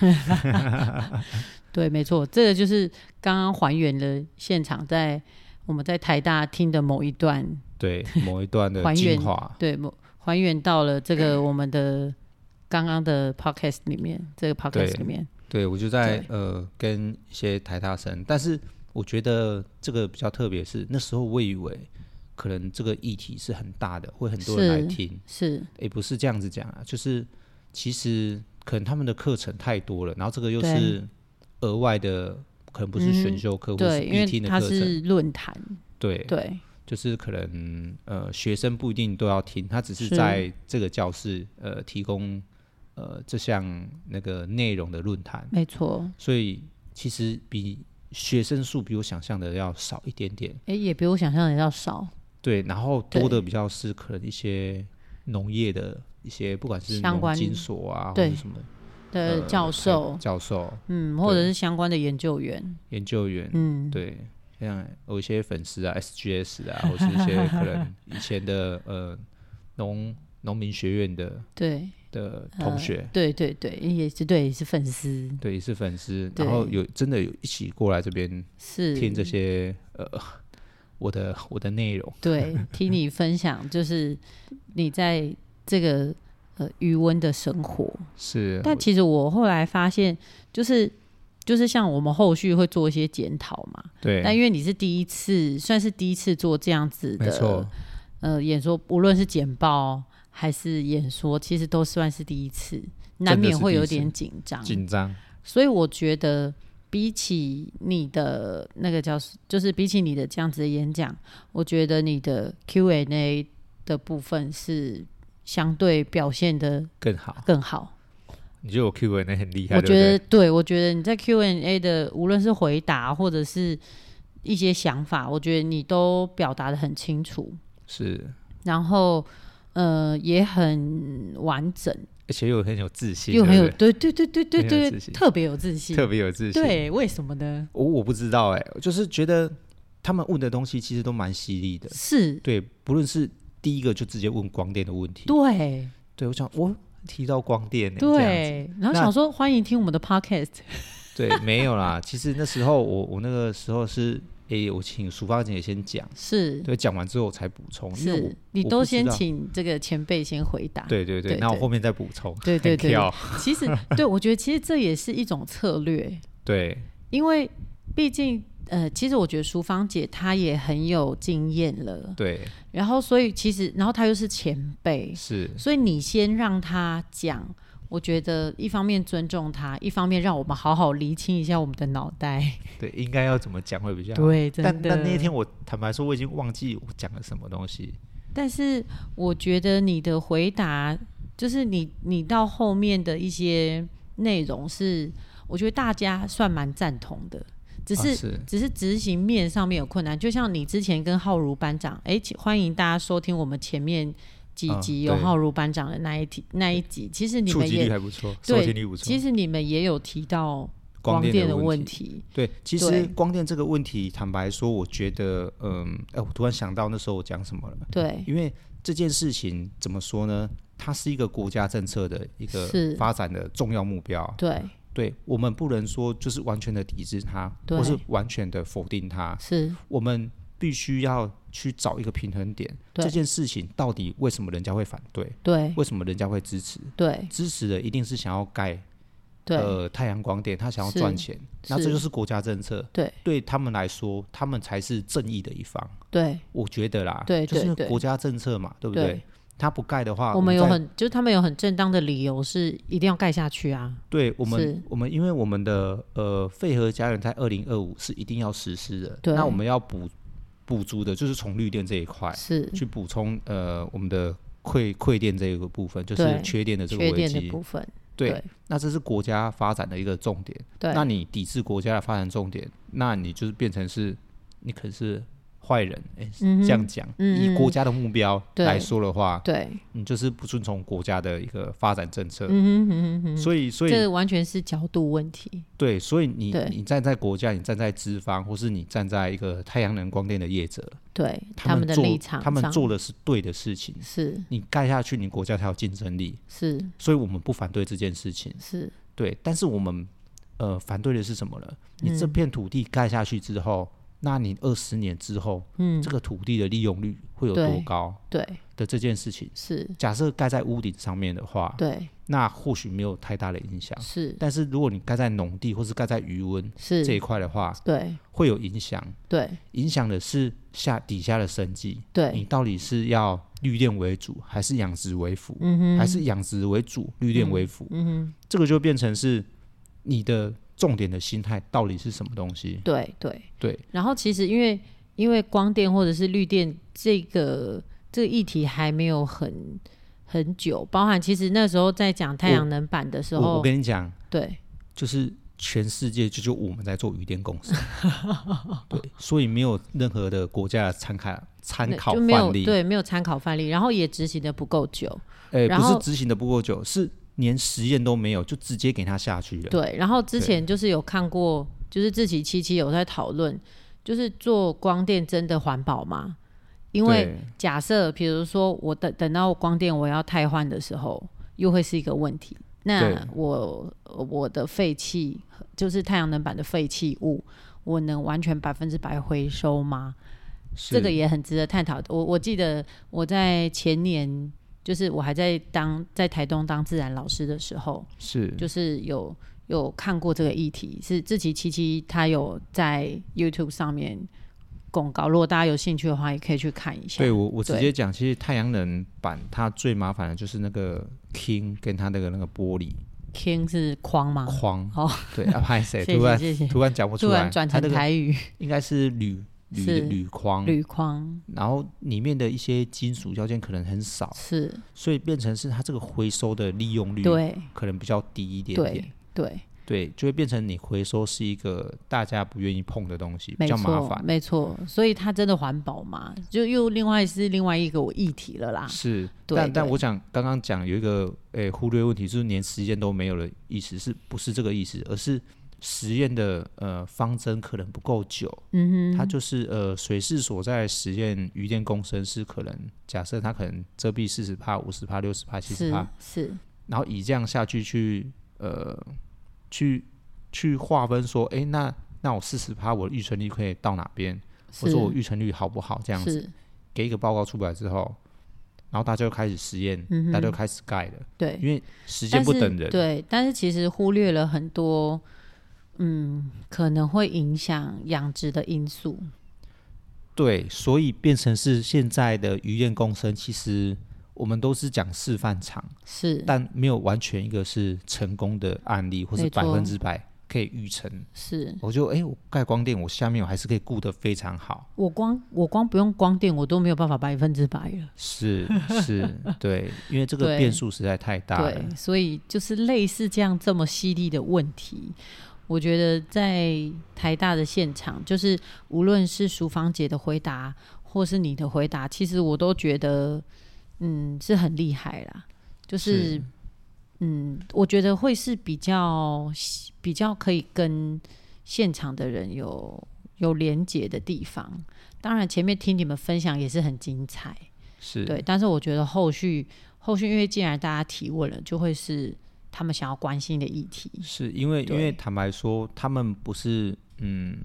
[SPEAKER 2] 对，没错，这个就是刚刚还原了现场在我们在台大听的某一段，
[SPEAKER 1] 对某一段的
[SPEAKER 2] 还原
[SPEAKER 1] 精华，
[SPEAKER 2] 对，某还原到了这个我们的刚刚的 podcast 里面，这个 podcast
[SPEAKER 1] 对
[SPEAKER 2] 里面，
[SPEAKER 1] 对我就在
[SPEAKER 2] 对
[SPEAKER 1] 呃跟一些台大生，但是我觉得这个比较特别是，那时候我以为可能这个议题是很大的，会很多人来
[SPEAKER 2] 是
[SPEAKER 1] 听，
[SPEAKER 2] 是
[SPEAKER 1] 也不是这样子讲啊，就是其实可能他们的课程太多了，然后这个又
[SPEAKER 2] 对
[SPEAKER 1] 是额外的，可能不是选修课、或
[SPEAKER 2] 对，
[SPEAKER 1] 是
[SPEAKER 2] 因
[SPEAKER 1] 必听的
[SPEAKER 2] 为它
[SPEAKER 1] 课程，
[SPEAKER 2] 是论坛，
[SPEAKER 1] 对，
[SPEAKER 2] 对
[SPEAKER 1] 就是可能呃学生不一定都要听，他只是
[SPEAKER 2] 是
[SPEAKER 1] 在这个教室呃提供呃这项那个内容的论坛，
[SPEAKER 2] 没错，
[SPEAKER 1] 所以其实比学生数比我想象的要少一点点。
[SPEAKER 2] 哎、也比我想象的要少，
[SPEAKER 1] 对，然后多
[SPEAKER 2] 对
[SPEAKER 1] 的比较是可能一些农业的一些，不管是
[SPEAKER 2] 相
[SPEAKER 1] 农
[SPEAKER 2] 关
[SPEAKER 1] 金所啊，或
[SPEAKER 2] 对
[SPEAKER 1] 者什么
[SPEAKER 2] 的
[SPEAKER 1] 呃
[SPEAKER 2] 教
[SPEAKER 1] 还
[SPEAKER 2] 授，
[SPEAKER 1] 教授、
[SPEAKER 2] 嗯，或者
[SPEAKER 1] 对
[SPEAKER 2] 是相关的研究员，
[SPEAKER 1] 研究员，
[SPEAKER 2] 嗯，
[SPEAKER 1] 对，像有一些粉丝啊、SGS 啊，或是一些可
[SPEAKER 2] (laughs)
[SPEAKER 1] 能以前的呃农农民学院的
[SPEAKER 2] 对
[SPEAKER 1] 的
[SPEAKER 2] 呃
[SPEAKER 1] 同学，
[SPEAKER 2] 对对对，也是对，也是粉丝
[SPEAKER 1] 对，也是粉丝，
[SPEAKER 2] 对
[SPEAKER 1] 然后有真的有一起过来这边
[SPEAKER 2] 是
[SPEAKER 1] 听这些呃我的我的内容，
[SPEAKER 2] 对，听你分享就是你在这个呃余温的生活。
[SPEAKER 1] 是
[SPEAKER 2] 但其实我后来发现，就是就是像我们后续会做一些检讨嘛。
[SPEAKER 1] 对，
[SPEAKER 2] 但因为你是第一次，算是第一次做这样子
[SPEAKER 1] 没错
[SPEAKER 2] 的，呃演说，无论是简报还是演说，其实都算是第一次，难免会有点紧张。
[SPEAKER 1] 紧张，
[SPEAKER 2] 所以我觉得，比起你的那个叫，就是比起你的这样子的演讲，我觉得你的 Q&A 的部分是相对表现的
[SPEAKER 1] 更好。
[SPEAKER 2] 更好。
[SPEAKER 1] 你觉得我 Q&A 很厉害，对
[SPEAKER 2] 我
[SPEAKER 1] 不
[SPEAKER 2] 觉得
[SPEAKER 1] 对？
[SPEAKER 2] 对，我觉得你在 Q&A 的无论是回答或者是一些想法，我觉得你都表达的很清楚，
[SPEAKER 1] 是，
[SPEAKER 2] 然后呃也很完整，
[SPEAKER 1] 而且又很有自信，
[SPEAKER 2] 又很有
[SPEAKER 1] 对不
[SPEAKER 2] 对对对对对
[SPEAKER 1] 很有
[SPEAKER 2] 对
[SPEAKER 1] 自，信
[SPEAKER 2] 特别有自信
[SPEAKER 1] 对。特别有自信。
[SPEAKER 2] 对，为什么呢？
[SPEAKER 1] 我我不知道哎、就是觉得他们问的东西其实都蛮犀利的。
[SPEAKER 2] 是，
[SPEAKER 1] 对，不论是第一个就直接问光电的问题，
[SPEAKER 2] 对
[SPEAKER 1] 对我想我提到光电、欸，这样子，
[SPEAKER 2] 对。然后
[SPEAKER 1] 那
[SPEAKER 2] 想说，欢迎听我们的 podcast。
[SPEAKER 1] 对，没有啦。 (laughs) 其实那时候我我那个时候是，诶、我请淑芳姐先讲，
[SPEAKER 2] 是
[SPEAKER 1] 对，讲完之后我才补充，因为我
[SPEAKER 2] 是，你
[SPEAKER 1] 我
[SPEAKER 2] 都
[SPEAKER 1] 不知
[SPEAKER 2] 先
[SPEAKER 1] 道
[SPEAKER 2] 请这个前辈先回答。
[SPEAKER 1] (laughs) 对对对，
[SPEAKER 2] 对
[SPEAKER 1] 那我
[SPEAKER 2] 对
[SPEAKER 1] 后面再补充，
[SPEAKER 2] 对对
[SPEAKER 1] 很
[SPEAKER 2] 对
[SPEAKER 1] 跳
[SPEAKER 2] 其实，对我觉得其实这也是一种策略。
[SPEAKER 1] 对
[SPEAKER 2] 因为毕竟呃，其实我觉得淑芳姐她也很有经验了，
[SPEAKER 1] 对
[SPEAKER 2] 然后所以其实，然后她又是前辈，
[SPEAKER 1] 是，
[SPEAKER 2] 所以你先让她讲。我觉得一方面尊重她，一方面让我们好好厘清一下我们的脑袋。
[SPEAKER 1] 对，应该要怎么讲会比较好。
[SPEAKER 2] 对，真
[SPEAKER 1] 但
[SPEAKER 2] 的。
[SPEAKER 1] 但那一天，我坦白说，我已经忘记我讲了什么东西。
[SPEAKER 2] 但是我觉得你的回答，就是你你到后面的一些内容是，我觉得大家算蛮赞同的，只是、
[SPEAKER 1] 啊是
[SPEAKER 2] 只是执行面上面有困难。就像你之前跟浩如班长，哎、请欢迎大家收听我们前面几
[SPEAKER 1] 啊
[SPEAKER 2] 集有
[SPEAKER 1] 对
[SPEAKER 2] 浩如班长的那一集、那一集，其实你
[SPEAKER 1] 触
[SPEAKER 2] 们
[SPEAKER 1] 及率
[SPEAKER 2] 也
[SPEAKER 1] 还不错，收听率
[SPEAKER 2] 对
[SPEAKER 1] 不，错
[SPEAKER 2] 其。实你们也有提到
[SPEAKER 1] 光
[SPEAKER 2] 光电
[SPEAKER 1] 的
[SPEAKER 2] 的
[SPEAKER 1] 问
[SPEAKER 2] 问
[SPEAKER 1] 题，
[SPEAKER 2] 题，
[SPEAKER 1] 对，其
[SPEAKER 2] 对
[SPEAKER 1] 实光电这个问题，坦白说，我觉得，嗯，哎、我突然想到那时候我讲什么了，
[SPEAKER 2] 对，
[SPEAKER 1] 因为这件事情怎么说呢？它是一个国家政策的一个
[SPEAKER 2] 是
[SPEAKER 1] 发展的重要目标，啊
[SPEAKER 2] 对，
[SPEAKER 1] 对我们不能说就是完全的抵制它，
[SPEAKER 2] 对
[SPEAKER 1] 或是完全的否定它，
[SPEAKER 2] 是，
[SPEAKER 1] 我们必须要去找一个平衡点。
[SPEAKER 2] 对
[SPEAKER 1] 这件事情到底为什么人家会反对？
[SPEAKER 2] 对，
[SPEAKER 1] 为什么人家会支持？
[SPEAKER 2] 对，
[SPEAKER 1] 支持的一定是想要盖
[SPEAKER 2] 对，
[SPEAKER 1] 呃太阳光电，他想要
[SPEAKER 2] 是
[SPEAKER 1] 赚钱，那
[SPEAKER 2] 是
[SPEAKER 1] 这就是国家政策。
[SPEAKER 2] 对，
[SPEAKER 1] 对他们来说，他们才是正义的一方，
[SPEAKER 2] 对，
[SPEAKER 1] 我觉得啦。
[SPEAKER 2] 对
[SPEAKER 1] 就是
[SPEAKER 2] 对
[SPEAKER 1] 那个
[SPEAKER 2] 对
[SPEAKER 1] 国家政策嘛，对不
[SPEAKER 2] 对
[SPEAKER 1] 对？他不盖的话，
[SPEAKER 2] 我们有
[SPEAKER 1] 在
[SPEAKER 2] 很，就是他们有很正当的理由是一定要盖下去啊。
[SPEAKER 1] 对我
[SPEAKER 2] 是
[SPEAKER 1] 们我们因为我们的呃废核家园在二零二五是一定要实施的，
[SPEAKER 2] 对
[SPEAKER 1] 那我们要补补足的就是从绿电这一块
[SPEAKER 2] 是
[SPEAKER 1] 去补充呃我们的馈馈电这个部分，就是
[SPEAKER 2] 对
[SPEAKER 1] 缺电的这个
[SPEAKER 2] 缺
[SPEAKER 1] 危
[SPEAKER 2] 点的
[SPEAKER 1] 机。
[SPEAKER 2] 部分，
[SPEAKER 1] 对
[SPEAKER 2] 对，
[SPEAKER 1] 那这是国家发展的一个重点。
[SPEAKER 2] 对，
[SPEAKER 1] 那你抵制国家的发展重点，那你就是变成是，你可是坏人，哎、
[SPEAKER 2] 嗯哼
[SPEAKER 1] 这样讲，
[SPEAKER 2] 嗯嗯
[SPEAKER 1] 以国家的目标
[SPEAKER 2] 对
[SPEAKER 1] 来说的话，
[SPEAKER 2] 对，
[SPEAKER 1] 你就是不顺从国家的一个发展政策，
[SPEAKER 2] 嗯哼哼哼哼，
[SPEAKER 1] 呃所以，所以
[SPEAKER 2] 这完全是角度问题，
[SPEAKER 1] 对，所以你
[SPEAKER 2] 对
[SPEAKER 1] 你站在国家，你站在资方，或是你站在一个太阳能光电的业者，
[SPEAKER 2] 对
[SPEAKER 1] 们
[SPEAKER 2] 们的
[SPEAKER 1] 做
[SPEAKER 2] 立场上，
[SPEAKER 1] 他们做的是对的事情，
[SPEAKER 2] 是
[SPEAKER 1] 你盖下去，你国家才有竞争力，
[SPEAKER 2] 是
[SPEAKER 1] 所以我们不反对这件事情，
[SPEAKER 2] 是，
[SPEAKER 1] 对，但是我们呃反对的是什么呢？你这
[SPEAKER 2] 嗯
[SPEAKER 1] 片土地盖下去之后，那你二十年之后，
[SPEAKER 2] 嗯
[SPEAKER 1] 这，个土地的利用率会有多
[SPEAKER 2] 对
[SPEAKER 1] 高
[SPEAKER 2] 对，
[SPEAKER 1] 的这件事情，
[SPEAKER 2] 是，
[SPEAKER 1] 假设盖在屋顶上面的话，
[SPEAKER 2] 对，
[SPEAKER 1] 那或许没有太大的影响。
[SPEAKER 2] 是
[SPEAKER 1] 但是如果你盖在农地或是盖在余温
[SPEAKER 2] 是，
[SPEAKER 1] 这一块的话，
[SPEAKER 2] 对
[SPEAKER 1] 会有影响。
[SPEAKER 2] 对
[SPEAKER 1] 影响的是下底下的生计，你
[SPEAKER 2] 对，
[SPEAKER 1] 到底是要绿电为主，还是养殖为辅，
[SPEAKER 2] 嗯哼，
[SPEAKER 1] 还是养殖为主，绿电为辅？
[SPEAKER 2] 嗯哼，
[SPEAKER 1] 这个就变成是你的重点的心态到底是什么东西？
[SPEAKER 2] 对对。
[SPEAKER 1] 对
[SPEAKER 2] 然后其实因为因为光电或者是绿电这个这个议题还没有很很久，包含其实那时候在讲太阳能板的时
[SPEAKER 1] 我，
[SPEAKER 2] 候
[SPEAKER 1] 我，跟你讲，
[SPEAKER 2] 对
[SPEAKER 1] 就是全世界就就我们在做鱼电共
[SPEAKER 2] (laughs)
[SPEAKER 1] 识，对，所以没有任何的国家的参考参
[SPEAKER 2] 那
[SPEAKER 1] 考
[SPEAKER 2] 就没有
[SPEAKER 1] 范例，
[SPEAKER 2] 对没有参考范例，然后也执行的不够久，
[SPEAKER 1] 哎，
[SPEAKER 2] 然
[SPEAKER 1] 不是
[SPEAKER 2] 后
[SPEAKER 1] 执行的不够久，是连实验都没有，就直接给它下去了。
[SPEAKER 2] 对。然后之前就是有看过，就是自己七七有在讨论，就是做光电真的环保吗？因为
[SPEAKER 1] 对
[SPEAKER 2] 假设，比如说我等等到光电我要汰换的时候，又会是一个问题。
[SPEAKER 1] 对
[SPEAKER 2] 那我呃我的废弃就是太阳能板的废弃物，我能完全百分之百回收吗？
[SPEAKER 1] 是
[SPEAKER 2] 这个也很值得探讨。我我记得我在前年，就是我还在当在台东当自然老师的时候，
[SPEAKER 1] 是
[SPEAKER 2] 就是有有看过这个议题，是志奇七七他有在 YouTube 上面公告，如果大家有兴趣的话，也可以去看一下
[SPEAKER 1] 对。我我直
[SPEAKER 2] 对
[SPEAKER 1] 接讲，其实太阳能板它最麻烦的就是那个 king 跟它那个那个玻璃
[SPEAKER 2] King 是框吗？
[SPEAKER 1] 框，
[SPEAKER 2] 哦
[SPEAKER 1] 对，啊，拍谁
[SPEAKER 2] (laughs) 谢
[SPEAKER 1] 突
[SPEAKER 2] 谢
[SPEAKER 1] 然
[SPEAKER 2] 谢谢。
[SPEAKER 1] (laughs) 突然讲不出
[SPEAKER 2] 突
[SPEAKER 1] 来，
[SPEAKER 2] 然转
[SPEAKER 1] 它
[SPEAKER 2] 成
[SPEAKER 1] 那个
[SPEAKER 2] 台语，
[SPEAKER 1] 应该是铝铝的
[SPEAKER 2] 是
[SPEAKER 1] 铝框，
[SPEAKER 2] 铝框
[SPEAKER 1] 然后里面的一些金属条件可能很少，
[SPEAKER 2] 是，
[SPEAKER 1] 所以变成是它这个回收的利用率
[SPEAKER 2] 对
[SPEAKER 1] 可能比较低一点点
[SPEAKER 2] 对，对，
[SPEAKER 1] 对，就会变成你回收是一个大家不愿意碰的东西，比
[SPEAKER 2] 没
[SPEAKER 1] 较麻
[SPEAKER 2] 错
[SPEAKER 1] 烦。
[SPEAKER 2] 没错。所以它真的环保嘛？就又另外是另外一个我议题了啦。
[SPEAKER 1] 是，
[SPEAKER 2] 啊对
[SPEAKER 1] 但但
[SPEAKER 2] 对
[SPEAKER 1] 我想刚刚讲有一个诶、忽略问题，就是连实验都没有的意思，是不是这个意思？而是实验的呃方针可能不够久，
[SPEAKER 2] 嗯
[SPEAKER 1] 它
[SPEAKER 2] 哼，
[SPEAKER 1] 就是呃水势所在实验余电共生是可能假设它可能遮蔽四十帕、五十帕、六十帕、七十
[SPEAKER 2] 是
[SPEAKER 1] 帕，
[SPEAKER 2] 是
[SPEAKER 1] 然后以这样下去去呃去去划分说，诶，那那我四十趴我的预存率可以到哪边，或者我
[SPEAKER 2] 是
[SPEAKER 1] 预存率好不好这样子，
[SPEAKER 2] 是，
[SPEAKER 1] 给一个报告出来之后，然后大家就开始实验，
[SPEAKER 2] 嗯哼
[SPEAKER 1] 大家就开始盖了，
[SPEAKER 2] 对。
[SPEAKER 1] 因为时间
[SPEAKER 2] 但
[SPEAKER 1] 不
[SPEAKER 2] 是
[SPEAKER 1] 等人，
[SPEAKER 2] 对，但是其实忽略了很多，嗯，可能会影响养殖的因素。
[SPEAKER 1] 对，所以变成是现在的鱼宴共生，其实我们都是讲示范场，
[SPEAKER 2] 是
[SPEAKER 1] 但没有完全一个是成功的案例，或是
[SPEAKER 2] 没错
[SPEAKER 1] 百分之百可以预成。
[SPEAKER 2] 是，
[SPEAKER 1] 我就诶，我盖光电，我下面我还是可以顾得非常好。
[SPEAKER 2] 我光我光不用光电，我都没有办法百分之百了。
[SPEAKER 1] 是
[SPEAKER 2] (laughs)
[SPEAKER 1] 是，对，因为这个
[SPEAKER 2] 对
[SPEAKER 1] 变数实在太大了
[SPEAKER 2] 对。，所以就是类似这样这么犀利的问题。我觉得在台大的现场，就是无论是淑芳姐的回答，或是你的回答，其实我都觉得，嗯，是很厉害啦。就是
[SPEAKER 1] 是
[SPEAKER 2] 嗯，我觉得会是比较喜比较可以跟现场的人有有连接的地方。当然，前面听你们分享也是很精彩，
[SPEAKER 1] 是，
[SPEAKER 2] 对。但是我觉得后续后续，因为既然大家提问了，就会是他们想要关心的议题。
[SPEAKER 1] 是因为因
[SPEAKER 2] 对
[SPEAKER 1] 为坦白说，他们不是嗯，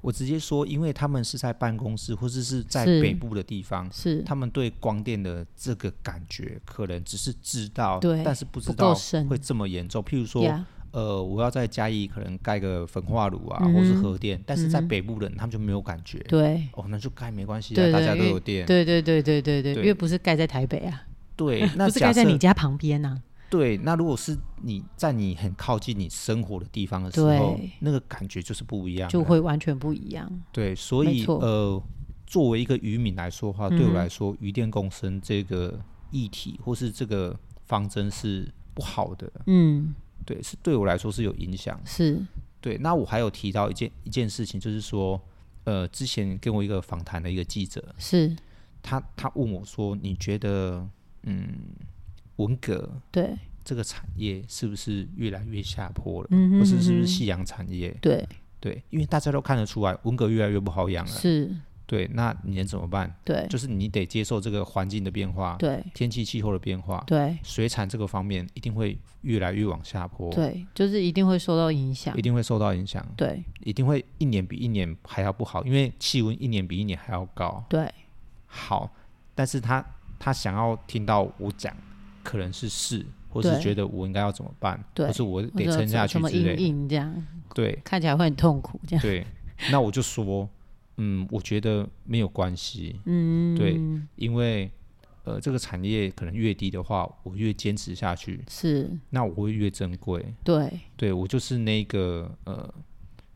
[SPEAKER 1] 我直接说，因为他们是在办公室或者是在
[SPEAKER 2] 是
[SPEAKER 1] 北部的地方，
[SPEAKER 2] 是
[SPEAKER 1] 他们对光电的这个感觉可能只是知道，
[SPEAKER 2] 对
[SPEAKER 1] 但是不知
[SPEAKER 2] 不够
[SPEAKER 1] 道
[SPEAKER 2] 深
[SPEAKER 1] 会这么严重。譬如说，
[SPEAKER 2] 呀，
[SPEAKER 1] 呃，我要在嘉义可能盖个焚化炉啊，
[SPEAKER 2] 嗯哼
[SPEAKER 1] 或是核电，但是在
[SPEAKER 2] 嗯哼
[SPEAKER 1] 北部人他们就没有感觉。
[SPEAKER 2] 对
[SPEAKER 1] 哦，那就盖没关系啊，
[SPEAKER 2] 对
[SPEAKER 1] 大
[SPEAKER 2] 对
[SPEAKER 1] 家都
[SPEAKER 2] 因为
[SPEAKER 1] 有电。
[SPEAKER 2] 对对对对对对，
[SPEAKER 1] 对
[SPEAKER 2] 因为不是盖在台北啊， (laughs)
[SPEAKER 1] 对，那
[SPEAKER 2] 不是
[SPEAKER 1] 假
[SPEAKER 2] 盖在
[SPEAKER 1] 设
[SPEAKER 2] 你家旁边啊，
[SPEAKER 1] 对，那如果是你在你很靠近你生活的地方的时候
[SPEAKER 2] 对，
[SPEAKER 1] 那个感觉就是不一样了，
[SPEAKER 2] 就会完全不一样。
[SPEAKER 1] 对，所
[SPEAKER 2] 没
[SPEAKER 1] 以
[SPEAKER 2] 错
[SPEAKER 1] 呃，作为一个渔民来说的话，对
[SPEAKER 2] 嗯
[SPEAKER 1] 我
[SPEAKER 2] 哼
[SPEAKER 1] 来说，渔电共生这个议题或是这个方针是不好的，
[SPEAKER 2] 嗯，
[SPEAKER 1] 对，是对我来说是有影响。
[SPEAKER 2] 是
[SPEAKER 1] 对，那我还有提到一件一件事情，就是说，呃，之前跟我一个访谈的一个记者，
[SPEAKER 2] 是，
[SPEAKER 1] 他他问我说，你觉得嗯，文革
[SPEAKER 2] 对，
[SPEAKER 1] 这个产业是不是越来越下坡了，
[SPEAKER 2] 嗯哼
[SPEAKER 1] 或是是不
[SPEAKER 2] 嗯
[SPEAKER 1] 是
[SPEAKER 2] 哼
[SPEAKER 1] 夕阳产业？
[SPEAKER 2] 对，
[SPEAKER 1] 对，因为大家都看得出来，文革越来越不好养了。
[SPEAKER 2] 是，
[SPEAKER 1] 对，那你能怎么办？
[SPEAKER 2] 对，
[SPEAKER 1] 就是你得接受这个环境的变化，
[SPEAKER 2] 对，
[SPEAKER 1] 天气气候的变化，
[SPEAKER 2] 对，
[SPEAKER 1] 水产这个方面一定会越来越往下坡，，
[SPEAKER 2] 对，就是一定会受到影响
[SPEAKER 1] 一。定会受到影响，
[SPEAKER 2] 对，
[SPEAKER 1] 一定会一年比一年还要不好，因为气温一年比一年还要高。
[SPEAKER 2] 对，
[SPEAKER 1] 好，但是他他想要听到我讲，可能是是，或是
[SPEAKER 2] 对
[SPEAKER 1] 觉得我应该要怎么办，
[SPEAKER 2] 对
[SPEAKER 1] 或是我
[SPEAKER 2] 或
[SPEAKER 1] 得
[SPEAKER 2] 者
[SPEAKER 1] 撑下去
[SPEAKER 2] 什么
[SPEAKER 1] 之类的，
[SPEAKER 2] 阴影这样，
[SPEAKER 1] 对
[SPEAKER 2] 看起来会很痛苦 (laughs) 这样。
[SPEAKER 1] 对，那我就说，嗯，我觉得没有关系，
[SPEAKER 2] 嗯，
[SPEAKER 1] 对，因为呃，这个产业可能越低的话，我越坚持下去，
[SPEAKER 2] 是，
[SPEAKER 1] 那我会越珍贵。
[SPEAKER 2] 对，
[SPEAKER 1] 对我就是那个呃，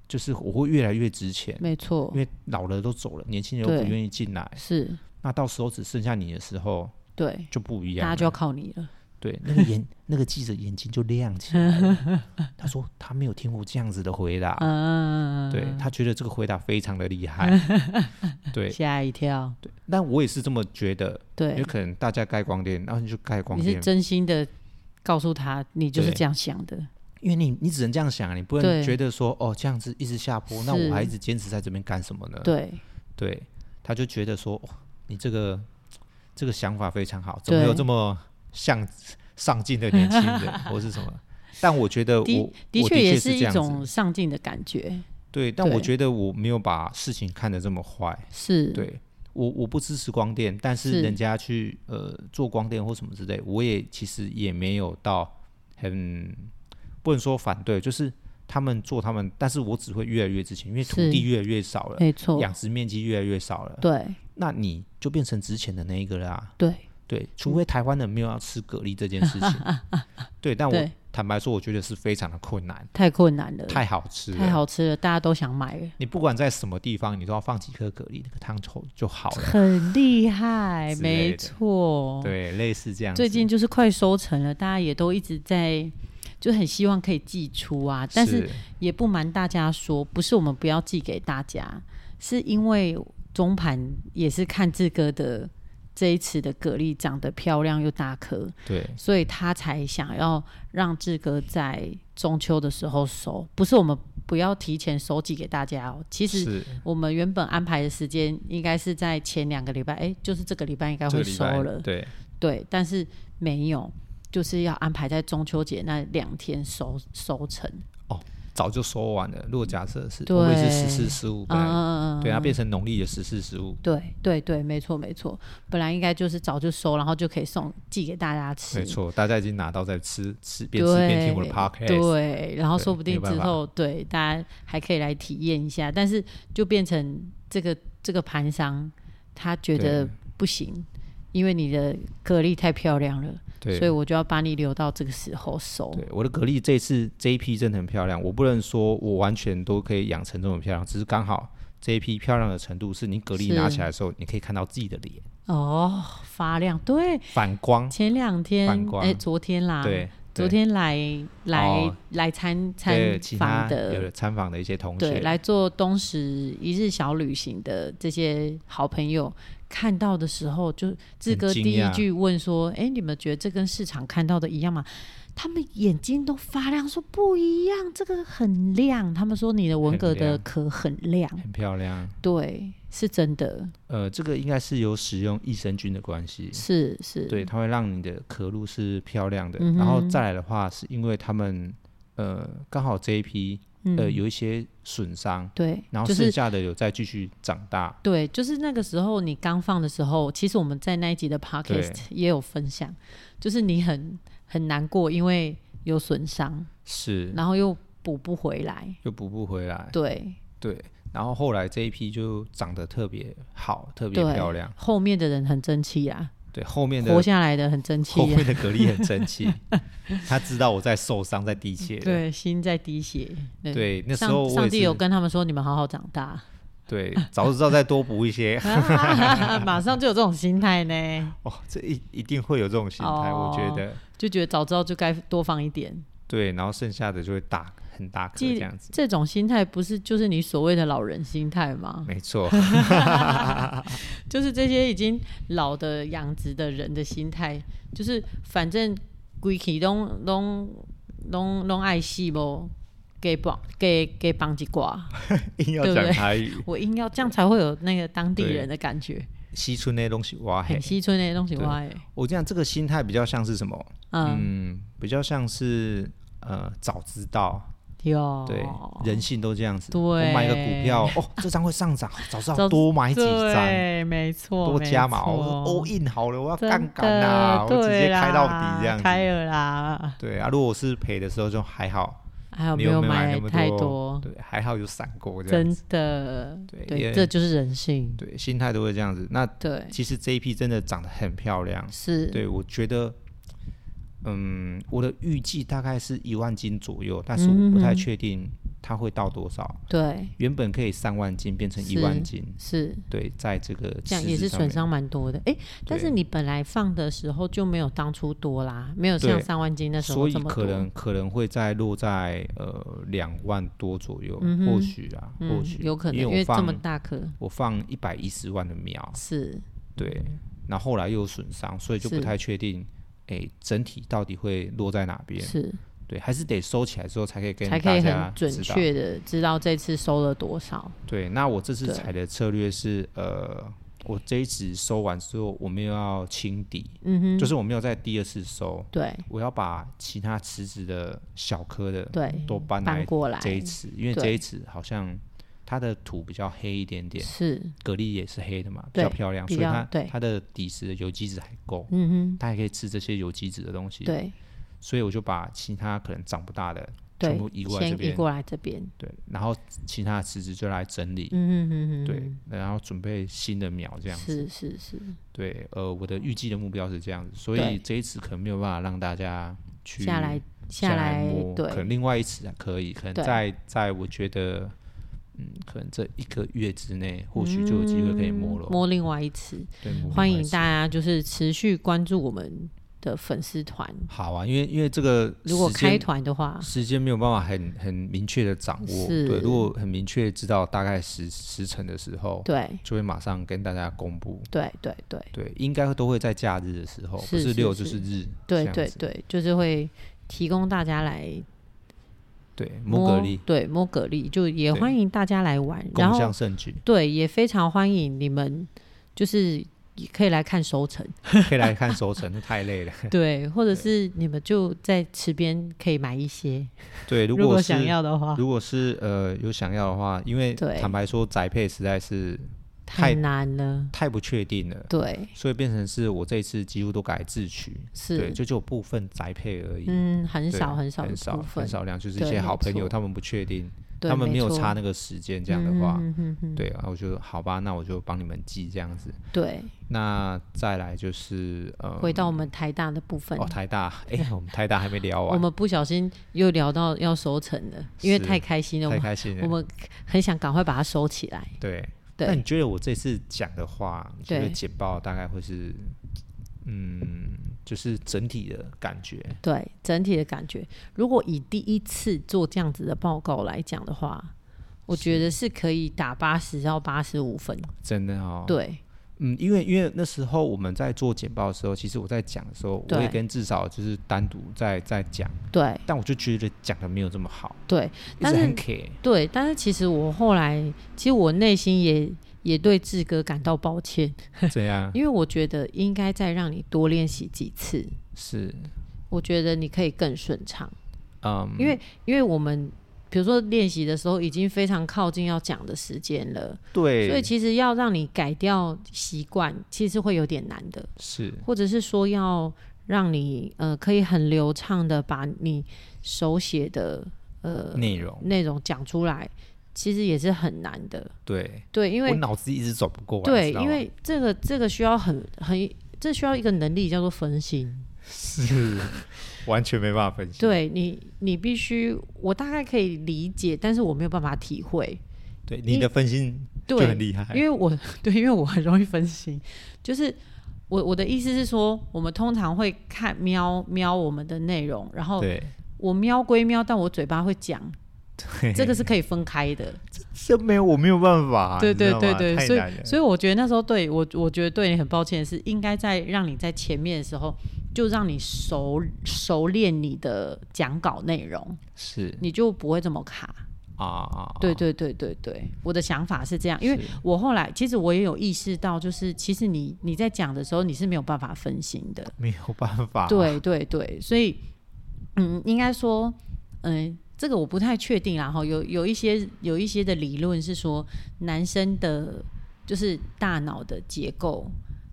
[SPEAKER 1] 就是我会越来越值钱，
[SPEAKER 2] 没错
[SPEAKER 1] 因，为老了都走了，年轻人又不
[SPEAKER 2] 对
[SPEAKER 1] 愿意进来，
[SPEAKER 2] 是，
[SPEAKER 1] 那到时候只剩下你的时候
[SPEAKER 2] 对，
[SPEAKER 1] 就不一
[SPEAKER 2] 大
[SPEAKER 1] 样啊
[SPEAKER 2] 家
[SPEAKER 1] 了。
[SPEAKER 2] 就要靠你了。
[SPEAKER 1] 对那个眼 (laughs) 那个记者眼睛就亮起来了，他说他没有听过这样子的回答，
[SPEAKER 2] 嗯，
[SPEAKER 1] 对他觉得这个回答非常的厉害。
[SPEAKER 2] (laughs)
[SPEAKER 1] 对，
[SPEAKER 2] 吓一跳。
[SPEAKER 1] 但我也是这么觉得，因为
[SPEAKER 2] 对，
[SPEAKER 1] 可能大家盖光电，然后你就盖光
[SPEAKER 2] 你
[SPEAKER 1] 电
[SPEAKER 2] 是，真心的告诉他，你就是
[SPEAKER 1] 对
[SPEAKER 2] 这样想的。
[SPEAKER 1] 因为你你只能这样想，啊你不能
[SPEAKER 2] 对
[SPEAKER 1] 觉得说哦这样子一直下坡，那
[SPEAKER 2] 是
[SPEAKER 1] 我还一直坚持在这边干什么呢？
[SPEAKER 2] 对
[SPEAKER 1] 对，他就觉得说、哦、你这个这个想法非常好，怎么
[SPEAKER 2] 对
[SPEAKER 1] 有这么像上进的年轻
[SPEAKER 2] (laughs)
[SPEAKER 1] 人或是什么？但我觉得我
[SPEAKER 2] 的
[SPEAKER 1] 我
[SPEAKER 2] 确也
[SPEAKER 1] 是
[SPEAKER 2] 一
[SPEAKER 1] 这样
[SPEAKER 2] 种
[SPEAKER 1] 子，
[SPEAKER 2] 上进的感觉，
[SPEAKER 1] 对，但我
[SPEAKER 2] 对
[SPEAKER 1] 觉得我没有把事情看得这么坏，
[SPEAKER 2] 是，
[SPEAKER 1] 对我我不支持光电，但是
[SPEAKER 2] 是
[SPEAKER 1] 人家去呃做光电或什么之类，我也其实也没有到很不能说反对，就是他们做他们，但是我只会越来越之前，因为土
[SPEAKER 2] 是
[SPEAKER 1] 地越来越少了，
[SPEAKER 2] 没错，
[SPEAKER 1] 养殖面积越来越少了，
[SPEAKER 2] 对
[SPEAKER 1] 那你就变成值钱的那一个啦、
[SPEAKER 2] 对
[SPEAKER 1] 对，除非台湾人没有要吃蛤蜊这件事
[SPEAKER 2] (laughs)
[SPEAKER 1] 情，对，但我
[SPEAKER 2] 对，
[SPEAKER 1] 坦白说，我觉得是非常的困难，
[SPEAKER 2] 太困难了，
[SPEAKER 1] 太啊好吃
[SPEAKER 2] 太
[SPEAKER 1] 了。
[SPEAKER 2] 好吃了，大家都想买了，
[SPEAKER 1] 你不管在什么地方，你都要放几颗蛤蜊，那个汤头就好了。
[SPEAKER 2] 很厉害，
[SPEAKER 1] 之类的
[SPEAKER 2] 没错，
[SPEAKER 1] 对，类似这样子。
[SPEAKER 2] 哦最近就是快收成了，大家也都一直在，就很希望可以寄出啊。但是也不瞒大家说，不是我们不要寄给大家，是因为中盘也是看志哥的这一次的蛤蜊长得漂亮又大颗，
[SPEAKER 1] 对，
[SPEAKER 2] 所以他才想要让志哥在中秋的时候收。不是我们不要提前收寄给大家哦，其实。
[SPEAKER 1] 是
[SPEAKER 2] 我们原本安排的时间应该是在前两个礼拜，哎、就是这个礼拜应该
[SPEAKER 1] 嗯这
[SPEAKER 2] 会
[SPEAKER 1] 个礼
[SPEAKER 2] 收
[SPEAKER 1] 拜
[SPEAKER 2] 了。
[SPEAKER 1] 对，
[SPEAKER 2] 对，但是没有，就是要安排在中秋节那两天收收成。
[SPEAKER 1] 早就收完了。如果假设是，
[SPEAKER 2] 对
[SPEAKER 1] 我会是十四十五，本来
[SPEAKER 2] 嗯
[SPEAKER 1] 对，它变成农历的十四十五。
[SPEAKER 2] 对对对，没错没错，本来应该就是早就收，然后就可以送寄给大家吃。
[SPEAKER 1] 没错，大家已经拿到在吃吃边吃边听我的
[SPEAKER 2] 对
[SPEAKER 1] podcast，
[SPEAKER 2] 对，然后
[SPEAKER 1] 对
[SPEAKER 2] 说不
[SPEAKER 1] 没
[SPEAKER 2] 定
[SPEAKER 1] 办
[SPEAKER 2] 之
[SPEAKER 1] 法
[SPEAKER 2] 后对大家还可以来体验一下，但是就变成这个这个盘商他觉得
[SPEAKER 1] 对
[SPEAKER 2] 不行，因为你的蛤蜊太漂亮了，
[SPEAKER 1] 对
[SPEAKER 2] 所以我就要把你留到这个时候收。
[SPEAKER 1] 对，我的蛤蜊这次这一批真的很漂亮，我不能说我完全都可以养成这么漂亮，只是刚好这一批漂亮的程度是你蛤蜊
[SPEAKER 2] 是
[SPEAKER 1] 拿起来的时候，你可以看到自己的脸
[SPEAKER 2] 哦，发亮，对，
[SPEAKER 1] 反光，
[SPEAKER 2] 前两天
[SPEAKER 1] 反光
[SPEAKER 2] 哎、昨天啦，，
[SPEAKER 1] 对，
[SPEAKER 2] 昨
[SPEAKER 1] 对
[SPEAKER 2] 天来来、
[SPEAKER 1] 哦
[SPEAKER 2] 来参
[SPEAKER 1] 对
[SPEAKER 2] 参
[SPEAKER 1] 其他
[SPEAKER 2] 访
[SPEAKER 1] 有
[SPEAKER 2] 的，
[SPEAKER 1] 的参访的一些同
[SPEAKER 2] 对，
[SPEAKER 1] 学，
[SPEAKER 2] 来做东石一日小旅行的这些好朋友，看到的时候就志
[SPEAKER 1] 很
[SPEAKER 2] 哥
[SPEAKER 1] 惊
[SPEAKER 2] 第一
[SPEAKER 1] 讶
[SPEAKER 2] 句问说：“哎、你们觉得这跟市场看到的一样吗？”他们眼睛都发亮，说不一样，这个很亮。他们说你的文
[SPEAKER 1] 很
[SPEAKER 2] 革的
[SPEAKER 1] 亮
[SPEAKER 2] 壳很亮，
[SPEAKER 1] 很漂亮。
[SPEAKER 2] 对，是真的，
[SPEAKER 1] 呃，这个应该是有使用益生菌的关系，
[SPEAKER 2] 是是，
[SPEAKER 1] 对，它会让你的壳路是漂亮的。
[SPEAKER 2] 嗯哼
[SPEAKER 1] 然后再来的话，是因为他们呃刚好这一批
[SPEAKER 2] 嗯，
[SPEAKER 1] 呃有一些损伤，
[SPEAKER 2] 对，
[SPEAKER 1] 然后
[SPEAKER 2] 就
[SPEAKER 1] 剩
[SPEAKER 2] 是
[SPEAKER 1] 下的有再继续长大。
[SPEAKER 2] 对，就是那个时候你刚放的时候，其实我们在那一集的 podcast 也有分享，就是你很很难过，因为有损伤，
[SPEAKER 1] 是
[SPEAKER 2] 然后又补不回来。
[SPEAKER 1] 又补不回来，
[SPEAKER 2] 对
[SPEAKER 1] 对。然后后来这一批就长得特别好，特别
[SPEAKER 2] 对，
[SPEAKER 1] 漂亮。
[SPEAKER 2] 后面的人很争气啊，
[SPEAKER 1] 对，后面的
[SPEAKER 2] 活下来的很争
[SPEAKER 1] 后
[SPEAKER 2] 气、啊
[SPEAKER 1] 面。的蛤蜊
[SPEAKER 2] (laughs)
[SPEAKER 1] 很争气，他知道我在受伤，在地切了。
[SPEAKER 2] 对，心在滴血。对，
[SPEAKER 1] 对，那时候
[SPEAKER 2] 上
[SPEAKER 1] 我
[SPEAKER 2] 上
[SPEAKER 1] 也
[SPEAKER 2] 帝
[SPEAKER 1] 是
[SPEAKER 2] 有跟他们说，你们好好长大，。
[SPEAKER 1] (laughs) 对，早知道再多补一些
[SPEAKER 2] (laughs) 马上就有这种心态呢，
[SPEAKER 1] 哦，这一一定会有这种心态，我觉
[SPEAKER 2] 哦
[SPEAKER 1] 得。
[SPEAKER 2] 就觉得早知道就该多放一点。
[SPEAKER 1] 对，然后剩下的就会大很大颗
[SPEAKER 2] 记
[SPEAKER 1] 啊这样子。
[SPEAKER 2] 这种心态不是就是你所谓的老人心态吗？
[SPEAKER 1] 没
[SPEAKER 2] (laughs)
[SPEAKER 1] 错，
[SPEAKER 2] 就是这些已经老的养殖的人的心态，就是反正规气拢拢拢拢爱死不，给绑给给绑几挂，
[SPEAKER 1] 硬要
[SPEAKER 2] 对不
[SPEAKER 1] 讲
[SPEAKER 2] 对
[SPEAKER 1] 台语，
[SPEAKER 2] 我硬要这样才会有那个当地人的感觉，
[SPEAKER 1] 西村那东西哇嘿
[SPEAKER 2] 很，西村的东西哇欸，
[SPEAKER 1] 我这样这个心态比较像是什么？
[SPEAKER 2] 嗯，
[SPEAKER 1] 嗯，比较像是呃早知道，
[SPEAKER 2] 有
[SPEAKER 1] 对，人性都这样子。
[SPEAKER 2] 哦对
[SPEAKER 1] 我买个股票，哦，这张会上涨， (laughs) 早知道
[SPEAKER 2] 早
[SPEAKER 1] 多买几张。
[SPEAKER 2] 对，没错，
[SPEAKER 1] 多加码，
[SPEAKER 2] 没
[SPEAKER 1] 我
[SPEAKER 2] 错
[SPEAKER 1] all in 好了，我要
[SPEAKER 2] 真
[SPEAKER 1] 杠杆呐，
[SPEAKER 2] 的
[SPEAKER 1] 我直接
[SPEAKER 2] 对
[SPEAKER 1] 开到
[SPEAKER 2] 啦
[SPEAKER 1] 底这样
[SPEAKER 2] 开
[SPEAKER 1] 子。
[SPEAKER 2] 了啦，
[SPEAKER 1] 对啊，如果是赔的时候就还好，
[SPEAKER 2] 还有
[SPEAKER 1] 你
[SPEAKER 2] 没
[SPEAKER 1] 有
[SPEAKER 2] 有
[SPEAKER 1] 没有买那
[SPEAKER 2] 买
[SPEAKER 1] 么
[SPEAKER 2] 太
[SPEAKER 1] 多
[SPEAKER 2] 多？
[SPEAKER 1] 对，还好有闪过这样
[SPEAKER 2] 真
[SPEAKER 1] 子。
[SPEAKER 2] 的，
[SPEAKER 1] 对也
[SPEAKER 2] 对，这就是人性，
[SPEAKER 1] 对，心态都会这样子。那
[SPEAKER 2] 对，
[SPEAKER 1] 其实这一批真的长得很漂亮，
[SPEAKER 2] 是，
[SPEAKER 1] 对我觉得，嗯，我的预计大概是一万斤左右，但是我不太
[SPEAKER 2] 嗯哼
[SPEAKER 1] 确定它会到多少。
[SPEAKER 2] 对，
[SPEAKER 1] 原本可以三万斤变成一
[SPEAKER 2] 是
[SPEAKER 1] 万斤，
[SPEAKER 2] 是
[SPEAKER 1] 对，在这个
[SPEAKER 2] 这样
[SPEAKER 1] 池
[SPEAKER 2] 也
[SPEAKER 1] 子
[SPEAKER 2] 是
[SPEAKER 1] 上
[SPEAKER 2] 损
[SPEAKER 1] 面
[SPEAKER 2] 伤蛮多的。哎、但是
[SPEAKER 1] 对
[SPEAKER 2] 你本来放的时候就没有当初多啦，没有像
[SPEAKER 1] 对
[SPEAKER 2] 三万斤那时
[SPEAKER 1] 所
[SPEAKER 2] 候
[SPEAKER 1] 以
[SPEAKER 2] 这么
[SPEAKER 1] 可
[SPEAKER 2] 多。嗯
[SPEAKER 1] 能可能会在落在呃两万多左右，
[SPEAKER 2] 嗯
[SPEAKER 1] 或
[SPEAKER 2] 哼
[SPEAKER 1] 许啊，或
[SPEAKER 2] 嗯
[SPEAKER 1] 许，
[SPEAKER 2] 有可能，
[SPEAKER 1] 因
[SPEAKER 2] 因
[SPEAKER 1] 为我
[SPEAKER 2] 为这
[SPEAKER 1] 放
[SPEAKER 2] 么大颗
[SPEAKER 1] 我放一百一十万的苗，
[SPEAKER 2] 是
[SPEAKER 1] 对，然后后来又有损伤，所以就不
[SPEAKER 2] 嗯是
[SPEAKER 1] 太确定，哎，整体到底会落在哪边？
[SPEAKER 2] 是，
[SPEAKER 1] 对，还是得收起来之后才可以跟
[SPEAKER 2] 才可
[SPEAKER 1] 大
[SPEAKER 2] 以
[SPEAKER 1] 家
[SPEAKER 2] 很准
[SPEAKER 1] 知道
[SPEAKER 2] 确的知道这次收了多少。
[SPEAKER 1] 对，那我这次
[SPEAKER 2] 对
[SPEAKER 1] 采的策略是，呃，我这一次收完之后，我们要清底，
[SPEAKER 2] 嗯哼，
[SPEAKER 1] 就是我没有在第二次收，
[SPEAKER 2] 对
[SPEAKER 1] 我要把其他池子的小颗的
[SPEAKER 2] 对，
[SPEAKER 1] 都搬
[SPEAKER 2] 搬
[SPEAKER 1] 来
[SPEAKER 2] 过来
[SPEAKER 1] 这一池，因为
[SPEAKER 2] 对
[SPEAKER 1] 这一池好像它的土比较黑一点点，
[SPEAKER 2] 是，
[SPEAKER 1] 蛤蜊也是黑的嘛，比
[SPEAKER 2] 对
[SPEAKER 1] 较漂亮，
[SPEAKER 2] 比
[SPEAKER 1] 所以
[SPEAKER 2] 较
[SPEAKER 1] 它
[SPEAKER 2] 对
[SPEAKER 1] 它的底池的有机质还够，
[SPEAKER 2] 嗯
[SPEAKER 1] 它还可以吃这些有机质的东西。
[SPEAKER 2] 哼，，对
[SPEAKER 1] 所以我就把其他可能长不大的全
[SPEAKER 2] 对
[SPEAKER 1] 部移，过来这
[SPEAKER 2] 先移
[SPEAKER 1] 边，
[SPEAKER 2] 过来这边，
[SPEAKER 1] 对，然后其他的池子就来整理，
[SPEAKER 2] 嗯哼哼哼，
[SPEAKER 1] 对，然后准备新的苗这样子。
[SPEAKER 2] 是是是，
[SPEAKER 1] 对，呃，我的预计的目标是这样子，所以
[SPEAKER 2] 对
[SPEAKER 1] 这一次可能没有办法让大家去
[SPEAKER 2] 下来
[SPEAKER 1] 下
[SPEAKER 2] 来
[SPEAKER 1] 摸，可能
[SPEAKER 2] 对
[SPEAKER 1] 另外一次啊可以，可能
[SPEAKER 2] 对
[SPEAKER 1] 在在我觉得，嗯，可能这一个月之内，或许就有机会可以摸了。
[SPEAKER 2] 嗯摸另外一次，
[SPEAKER 1] 对，摸
[SPEAKER 2] 欢
[SPEAKER 1] 另外一
[SPEAKER 2] 迎
[SPEAKER 1] 次
[SPEAKER 2] 大家就是持续关注我们的粉丝团，
[SPEAKER 1] 好啊，因为因为这个
[SPEAKER 2] 如果
[SPEAKER 1] 时
[SPEAKER 2] 开
[SPEAKER 1] 间
[SPEAKER 2] 团的话，
[SPEAKER 1] 时间没有办法很很明确的掌握，
[SPEAKER 2] 是
[SPEAKER 1] 对，如果很明确知道大概时时辰的时候，
[SPEAKER 2] 对
[SPEAKER 1] 就会马上跟大家公布。
[SPEAKER 2] 对对对
[SPEAKER 1] 对，应该都会在假日的时候，
[SPEAKER 2] 是
[SPEAKER 1] 不
[SPEAKER 2] 是
[SPEAKER 1] 是六
[SPEAKER 2] 是
[SPEAKER 1] 就是日，
[SPEAKER 2] 对
[SPEAKER 1] 这样
[SPEAKER 2] 对
[SPEAKER 1] 子
[SPEAKER 2] 对，就是会提供大家来
[SPEAKER 1] 对，摸
[SPEAKER 2] 摸
[SPEAKER 1] 蛤蜊，
[SPEAKER 2] 对摸蛤蜊，就也
[SPEAKER 1] 对
[SPEAKER 2] 欢迎大家来玩，然
[SPEAKER 1] 共
[SPEAKER 2] 后
[SPEAKER 1] 襄盛举，
[SPEAKER 2] 对，也非常欢迎你们，就是也可以来看
[SPEAKER 1] (laughs)
[SPEAKER 2] 收成，
[SPEAKER 1] 可以来看收成，太累了。 (laughs)
[SPEAKER 2] 对，或者是你们就在池边可以买一些，
[SPEAKER 1] 对，如
[SPEAKER 2] 如
[SPEAKER 1] 果是
[SPEAKER 2] 想要的话，
[SPEAKER 1] 如果是呃有想要的话，因为
[SPEAKER 2] 啊对
[SPEAKER 1] 坦白说宅配实在是
[SPEAKER 2] 太
[SPEAKER 1] 太
[SPEAKER 2] 难了，
[SPEAKER 1] 太不确定了，
[SPEAKER 2] 对，
[SPEAKER 1] 所以变成是我这一次几乎都改自取，对，
[SPEAKER 2] 是，
[SPEAKER 1] 就只有部分宅配而已，
[SPEAKER 2] 嗯，很
[SPEAKER 1] 对
[SPEAKER 2] 少很少的
[SPEAKER 1] 很少
[SPEAKER 2] 部分
[SPEAKER 1] 很，少量，就是一
[SPEAKER 2] 对
[SPEAKER 1] 些
[SPEAKER 2] 没
[SPEAKER 1] 好朋友
[SPEAKER 2] 错
[SPEAKER 1] 他们不确定，
[SPEAKER 2] 对
[SPEAKER 1] 他们没有差
[SPEAKER 2] 错
[SPEAKER 1] 那个时间这样的话，
[SPEAKER 2] 嗯哼哼
[SPEAKER 1] 对，然后我就好吧，那我就帮你们寄这样子。
[SPEAKER 2] 对，
[SPEAKER 1] 那再来就是呃，
[SPEAKER 2] 回到我们台大的部分
[SPEAKER 1] 哦。台大，哎、我们台大还没聊
[SPEAKER 2] (laughs) 我
[SPEAKER 1] 完，
[SPEAKER 2] 们不小心又聊到要收成了，因为
[SPEAKER 1] 是
[SPEAKER 2] 太开心了，我
[SPEAKER 1] 太
[SPEAKER 2] 们
[SPEAKER 1] 开心了嗯
[SPEAKER 2] 我，们很想赶快把它收起来。
[SPEAKER 1] 对。那你
[SPEAKER 2] 对，
[SPEAKER 1] 觉得我这次讲的话，你觉得
[SPEAKER 2] 对
[SPEAKER 1] 简报大概会是，嗯，就是整体的感觉，
[SPEAKER 2] 对，整体的感觉，如果以第一次做这样子的报告来讲的话，我觉得是可以打八十到八十五分。
[SPEAKER 1] 真的哦。，
[SPEAKER 2] 对，
[SPEAKER 1] 嗯，因为因为那时候我们在做简报的时候，其实我在讲的时候，我
[SPEAKER 2] 对
[SPEAKER 1] 也跟至少就是单独在在讲，
[SPEAKER 2] 对，
[SPEAKER 1] 但我就觉得讲的没有这么好，
[SPEAKER 2] 对，
[SPEAKER 1] 一
[SPEAKER 2] 但
[SPEAKER 1] 直
[SPEAKER 2] 是
[SPEAKER 1] 很 care。 (laughs)
[SPEAKER 2] 对，但是其实我后来，其实我内心也也对志哥感到抱歉，
[SPEAKER 1] 怎样？
[SPEAKER 2] 因为我觉得应该再让你多练习几次，
[SPEAKER 1] 是，
[SPEAKER 2] 我觉得你可以更顺畅，
[SPEAKER 1] 嗯，
[SPEAKER 2] 因为因为我们。比如说练习的时候已经非常靠近要讲的时间了，所以
[SPEAKER 1] 对，
[SPEAKER 2] 其实要让你改掉习惯，其实会有点难的。
[SPEAKER 1] 是
[SPEAKER 2] 或者是说要让你呃可以很流畅的把你手写的呃
[SPEAKER 1] 内容，
[SPEAKER 2] 内容讲出来，其实也是很难的。
[SPEAKER 1] 对
[SPEAKER 2] 对，因
[SPEAKER 1] 我
[SPEAKER 2] 为
[SPEAKER 1] 脑子一直转不过来，
[SPEAKER 2] 对，
[SPEAKER 1] 知道
[SPEAKER 2] 因
[SPEAKER 1] 吗
[SPEAKER 2] 为这个这个需要很很这需要一个能力叫做分心。
[SPEAKER 1] 是完全没办法分析。
[SPEAKER 2] 对你，你必须我大概可以理解，但是我没有办法体会。
[SPEAKER 1] 对，你的分心就
[SPEAKER 2] 对
[SPEAKER 1] 很厉害，
[SPEAKER 2] 因为我 (laughs) 对，因为我很容易分心，就是我我的意思是说，我们通常会看瞄瞄我们的内容，然后 (laughs)
[SPEAKER 1] 对。
[SPEAKER 2] 我瞄归瞄，但我嘴巴会讲，这个是可以分开的。
[SPEAKER 1] 这没有，我没有办法、
[SPEAKER 2] 对
[SPEAKER 1] 你知
[SPEAKER 2] 对
[SPEAKER 1] 道
[SPEAKER 2] 对
[SPEAKER 1] 吗
[SPEAKER 2] 对，
[SPEAKER 1] 太
[SPEAKER 2] 所
[SPEAKER 1] 难了
[SPEAKER 2] 以所以我觉得那时候对我，我觉得对你很抱歉的是，应该在让你在前面的时候，就让你熟熟练你的讲稿内容，
[SPEAKER 1] 是
[SPEAKER 2] 你就不会这么卡。
[SPEAKER 1] 啊啊，
[SPEAKER 2] 对
[SPEAKER 1] 啊，
[SPEAKER 2] 对对对对，我的想法是这样，因为
[SPEAKER 1] 是
[SPEAKER 2] 我后来其实我也有意识到，就是其实你你在讲的时候你是没有办法分心的。
[SPEAKER 1] 没有办法，
[SPEAKER 2] 对对对，所以嗯，应该说，嗯，这个我不太确定啦。哈，有有一些有一些的理论是说，男生的就是大脑的结构，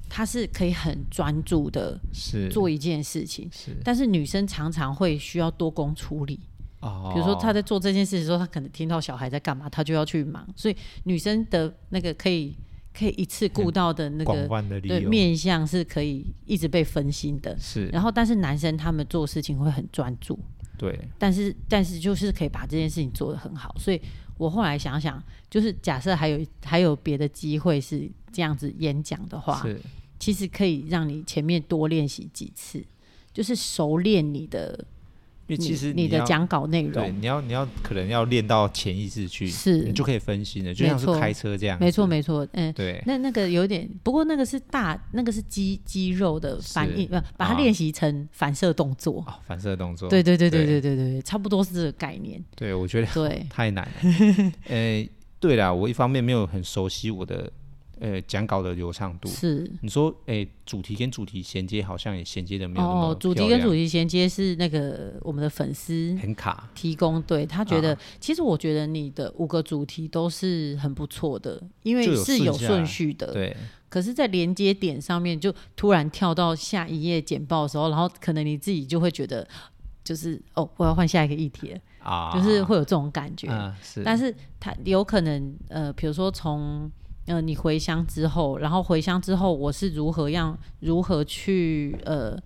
[SPEAKER 2] 它是可以很专注的
[SPEAKER 1] 是
[SPEAKER 2] 做一件事情，
[SPEAKER 1] 是
[SPEAKER 2] 但是女生常常会需要多工处理。
[SPEAKER 1] 哦，
[SPEAKER 2] 比如说她在做这件事的时候，她可能听到小孩在干嘛，她就要去忙。所以女生的那个可以可以一次顾到的那
[SPEAKER 1] 广
[SPEAKER 2] 个
[SPEAKER 1] 泛的理
[SPEAKER 2] 对
[SPEAKER 1] 由
[SPEAKER 2] 面向是可以一直被分心的。
[SPEAKER 1] 是
[SPEAKER 2] 然后，但是男生他们做事情会很专注，
[SPEAKER 1] 对
[SPEAKER 2] 但是但是就是可以把这件事情做得很好。所以我后来想想，就是假设还有还有别的机会是这样子演讲的话，
[SPEAKER 1] 是
[SPEAKER 2] 其实可以让你前面多练习几次，就是熟练你的
[SPEAKER 1] 因为
[SPEAKER 2] 你
[SPEAKER 1] 其实
[SPEAKER 2] 你的
[SPEAKER 1] 要
[SPEAKER 2] 讲稿内
[SPEAKER 1] 对，
[SPEAKER 2] 容，
[SPEAKER 1] 你要你要可能要练到潜意识去，
[SPEAKER 2] 是
[SPEAKER 1] 你就可以分析了，就
[SPEAKER 2] 没
[SPEAKER 1] 像是
[SPEAKER 2] 错
[SPEAKER 1] 开车这样子，
[SPEAKER 2] 没错没错，嗯。
[SPEAKER 1] 对，
[SPEAKER 2] 那那个有点，不过那个是大，那个是肌肌肉的反
[SPEAKER 1] 是
[SPEAKER 2] 应，不，把它
[SPEAKER 1] 啊
[SPEAKER 2] 练习成反射动作。
[SPEAKER 1] 啊，反射动作，
[SPEAKER 2] 对对对对对
[SPEAKER 1] 对
[SPEAKER 2] 对对，差不多是这个概念。
[SPEAKER 1] 对，我觉得，
[SPEAKER 2] 对
[SPEAKER 1] 太难了。
[SPEAKER 2] (laughs)
[SPEAKER 1] 呃，对啦，我一方面没有很熟悉我的呃讲稿的流畅度。
[SPEAKER 2] 是
[SPEAKER 1] 你说，哎，主题跟主题衔接好像也衔接的没有那么
[SPEAKER 2] 哦，主题跟主
[SPEAKER 1] 题
[SPEAKER 2] 题衔接是那个我们的粉丝
[SPEAKER 1] 很卡，
[SPEAKER 2] 提供，对他觉得，
[SPEAKER 1] 啊
[SPEAKER 2] 其实我觉得你的五个主题都是很不错的，因
[SPEAKER 1] 就
[SPEAKER 2] 为
[SPEAKER 1] 有
[SPEAKER 2] 是
[SPEAKER 1] 顺
[SPEAKER 2] 有
[SPEAKER 1] 下
[SPEAKER 2] 顺
[SPEAKER 1] 来
[SPEAKER 2] 序的，
[SPEAKER 1] 对，
[SPEAKER 2] 可是，在连接点上面就突然跳到下一页简报的时候，然后可能你自己就会觉得，就是哦，我要换下一个议题了，
[SPEAKER 1] 啊，
[SPEAKER 2] 就是会有这种感觉。
[SPEAKER 1] 嗯是，
[SPEAKER 2] 但是它有可能呃，比如说从呃你回乡之后，然后回乡之后我是如何样如何去呃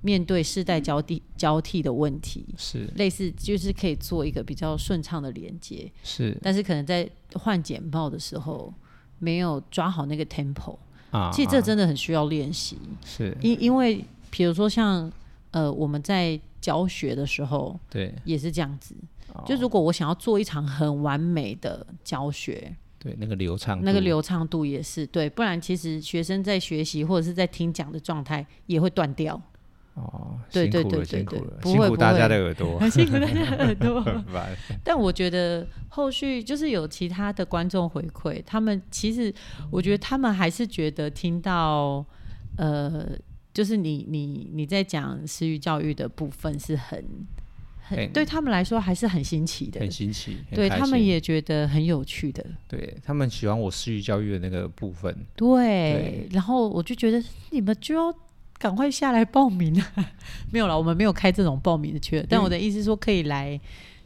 [SPEAKER 2] 面对世代交替
[SPEAKER 1] 嗯
[SPEAKER 2] 交替的问题，
[SPEAKER 1] 是
[SPEAKER 2] 类似就是可以做一个比较顺畅的连接，
[SPEAKER 1] 是
[SPEAKER 2] 但是可能在换简报的时候没有抓好那个 tempo。
[SPEAKER 1] 啊，
[SPEAKER 2] 其实这
[SPEAKER 1] 啊
[SPEAKER 2] 真的很需要练习，
[SPEAKER 1] 是
[SPEAKER 2] 因因为比如说像呃我们在教学的时候
[SPEAKER 1] 对，
[SPEAKER 2] 也是这样子，
[SPEAKER 1] 哦
[SPEAKER 2] 就如果我想要做一场很完美的教学，
[SPEAKER 1] 对那个流畅
[SPEAKER 2] 那个
[SPEAKER 1] 度
[SPEAKER 2] 流畅度也是对，不然其实学生在学习或者是在听讲的状态也会断
[SPEAKER 1] (laughs)
[SPEAKER 2] 掉，
[SPEAKER 1] 哦，
[SPEAKER 2] 对
[SPEAKER 1] 辛
[SPEAKER 2] 对
[SPEAKER 1] 苦
[SPEAKER 2] 对
[SPEAKER 1] 了
[SPEAKER 2] 对
[SPEAKER 1] 辛苦
[SPEAKER 2] 对
[SPEAKER 1] 了，
[SPEAKER 2] 不
[SPEAKER 1] 辛
[SPEAKER 2] 会
[SPEAKER 1] 苦
[SPEAKER 2] 不
[SPEAKER 1] 大家
[SPEAKER 2] 会
[SPEAKER 1] 的耳
[SPEAKER 2] (laughs)
[SPEAKER 1] 朵，
[SPEAKER 2] 很辛苦大家很多。
[SPEAKER 1] 很烦
[SPEAKER 2] 但我觉得后续就是有其他的观众回馈，他们其实我觉得他们还是觉得听到呃，就是你你你在讲私域教育的部分是很很、
[SPEAKER 1] 很
[SPEAKER 2] 对他们来说还是很新奇的
[SPEAKER 1] 很，新奇，很
[SPEAKER 2] 对
[SPEAKER 1] 开
[SPEAKER 2] 他们
[SPEAKER 1] 心
[SPEAKER 2] 也觉得很有趣的，
[SPEAKER 1] 对他们喜欢我私域教育的那个部分，
[SPEAKER 2] 对。然后我就觉得你们就要。赶快下来报名啊！ (laughs) 没有啦，我们没有开这种报名的缺，
[SPEAKER 1] 嗯
[SPEAKER 2] 但我的意思是说可以来，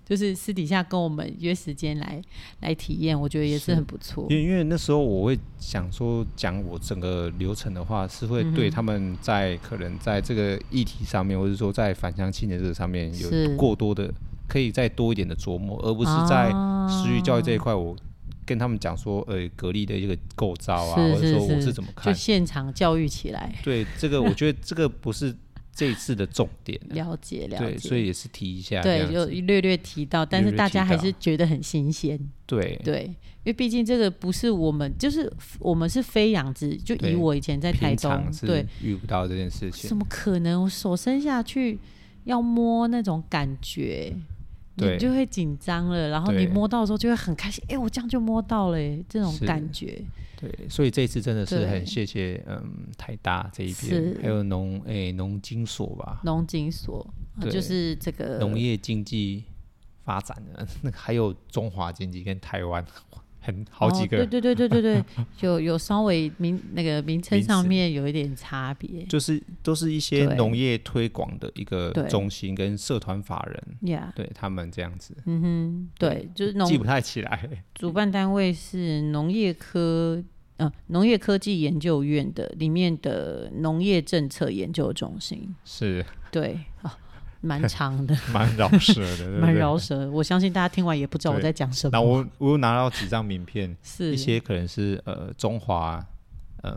[SPEAKER 2] 就是私底下跟我们约时间来来体验，我觉得也是
[SPEAKER 1] 是
[SPEAKER 2] 很不错。
[SPEAKER 1] 因为因为那时候我会想说，讲我整个流程的话，是
[SPEAKER 2] 嗯
[SPEAKER 1] 会对他们在可能在这个议题上面，或者说在返乡青年这个上面
[SPEAKER 2] 是
[SPEAKER 1] 有过多的，可以再多一点的琢磨，而不是在
[SPEAKER 2] 啊哦
[SPEAKER 1] 私域教育这一块，我跟他们讲说，呃，格力的一个构造啊，
[SPEAKER 2] 是
[SPEAKER 1] 或者
[SPEAKER 2] 是
[SPEAKER 1] 说我
[SPEAKER 2] 是
[SPEAKER 1] 是怎么
[SPEAKER 2] 就
[SPEAKER 1] 看，
[SPEAKER 2] 现场教育起来，
[SPEAKER 1] 对这个，我觉得这个不是这一次的重点，
[SPEAKER 2] 了解了
[SPEAKER 1] 对，
[SPEAKER 2] 解，
[SPEAKER 1] 所以也是提一下，这
[SPEAKER 2] 对
[SPEAKER 1] 样
[SPEAKER 2] 有
[SPEAKER 1] 子
[SPEAKER 2] 略略提到，但
[SPEAKER 1] 略
[SPEAKER 2] 是
[SPEAKER 1] 略
[SPEAKER 2] 大
[SPEAKER 1] 提
[SPEAKER 2] 家还
[SPEAKER 1] 到
[SPEAKER 2] 是觉得很新鲜，
[SPEAKER 1] 对
[SPEAKER 2] 对，因为毕竟这个不是我们，就是我们是非养殖，就以
[SPEAKER 1] 对
[SPEAKER 2] 我以前在台
[SPEAKER 1] 平
[SPEAKER 2] 东
[SPEAKER 1] 常，是
[SPEAKER 2] 对，
[SPEAKER 1] 遇不到这件事情
[SPEAKER 2] 怎，么可能我手伸下去要摸那种感觉？你
[SPEAKER 1] 对
[SPEAKER 2] 就会紧张了，然后你
[SPEAKER 1] 对
[SPEAKER 2] 摸到的时候就会很开心，哎、我这样就摸到了、哎这种
[SPEAKER 1] 是
[SPEAKER 2] 感觉
[SPEAKER 1] 对，所以这一次真的是
[SPEAKER 2] 对
[SPEAKER 1] 很谢谢嗯台大这一边
[SPEAKER 2] 是，
[SPEAKER 1] 还有农诶农经所吧，
[SPEAKER 2] 农警所啊就
[SPEAKER 1] 对
[SPEAKER 2] 是这个
[SPEAKER 1] 农业经济发展的，那个还有中华经济跟台湾很好几个，
[SPEAKER 2] 哦、对对对对对对，有有稍微名那个名称
[SPEAKER 1] 名词
[SPEAKER 2] 上面有一点差别。
[SPEAKER 1] 就是都是一些
[SPEAKER 2] 对
[SPEAKER 1] 农业推广的一个
[SPEAKER 2] 对
[SPEAKER 1] 中心跟社团法人，
[SPEAKER 2] Yeah，
[SPEAKER 1] 对他们这样子
[SPEAKER 2] 嗯哼，对，就是农
[SPEAKER 1] 记不太起来， (laughs)
[SPEAKER 2] 主办单位是农业科呃农业科技研究院的里面的农业政策研究中心。
[SPEAKER 1] 是
[SPEAKER 2] 对啊，蛮长的，
[SPEAKER 1] 蛮饶舌的， (laughs) 对不对
[SPEAKER 2] 蛮。饶舌。我相信大家听完也不知道我
[SPEAKER 1] 对
[SPEAKER 2] 在讲什
[SPEAKER 1] 那
[SPEAKER 2] 么。
[SPEAKER 1] 我我又拿到几张名片，
[SPEAKER 2] 是
[SPEAKER 1] 一些可能是呃中华嗯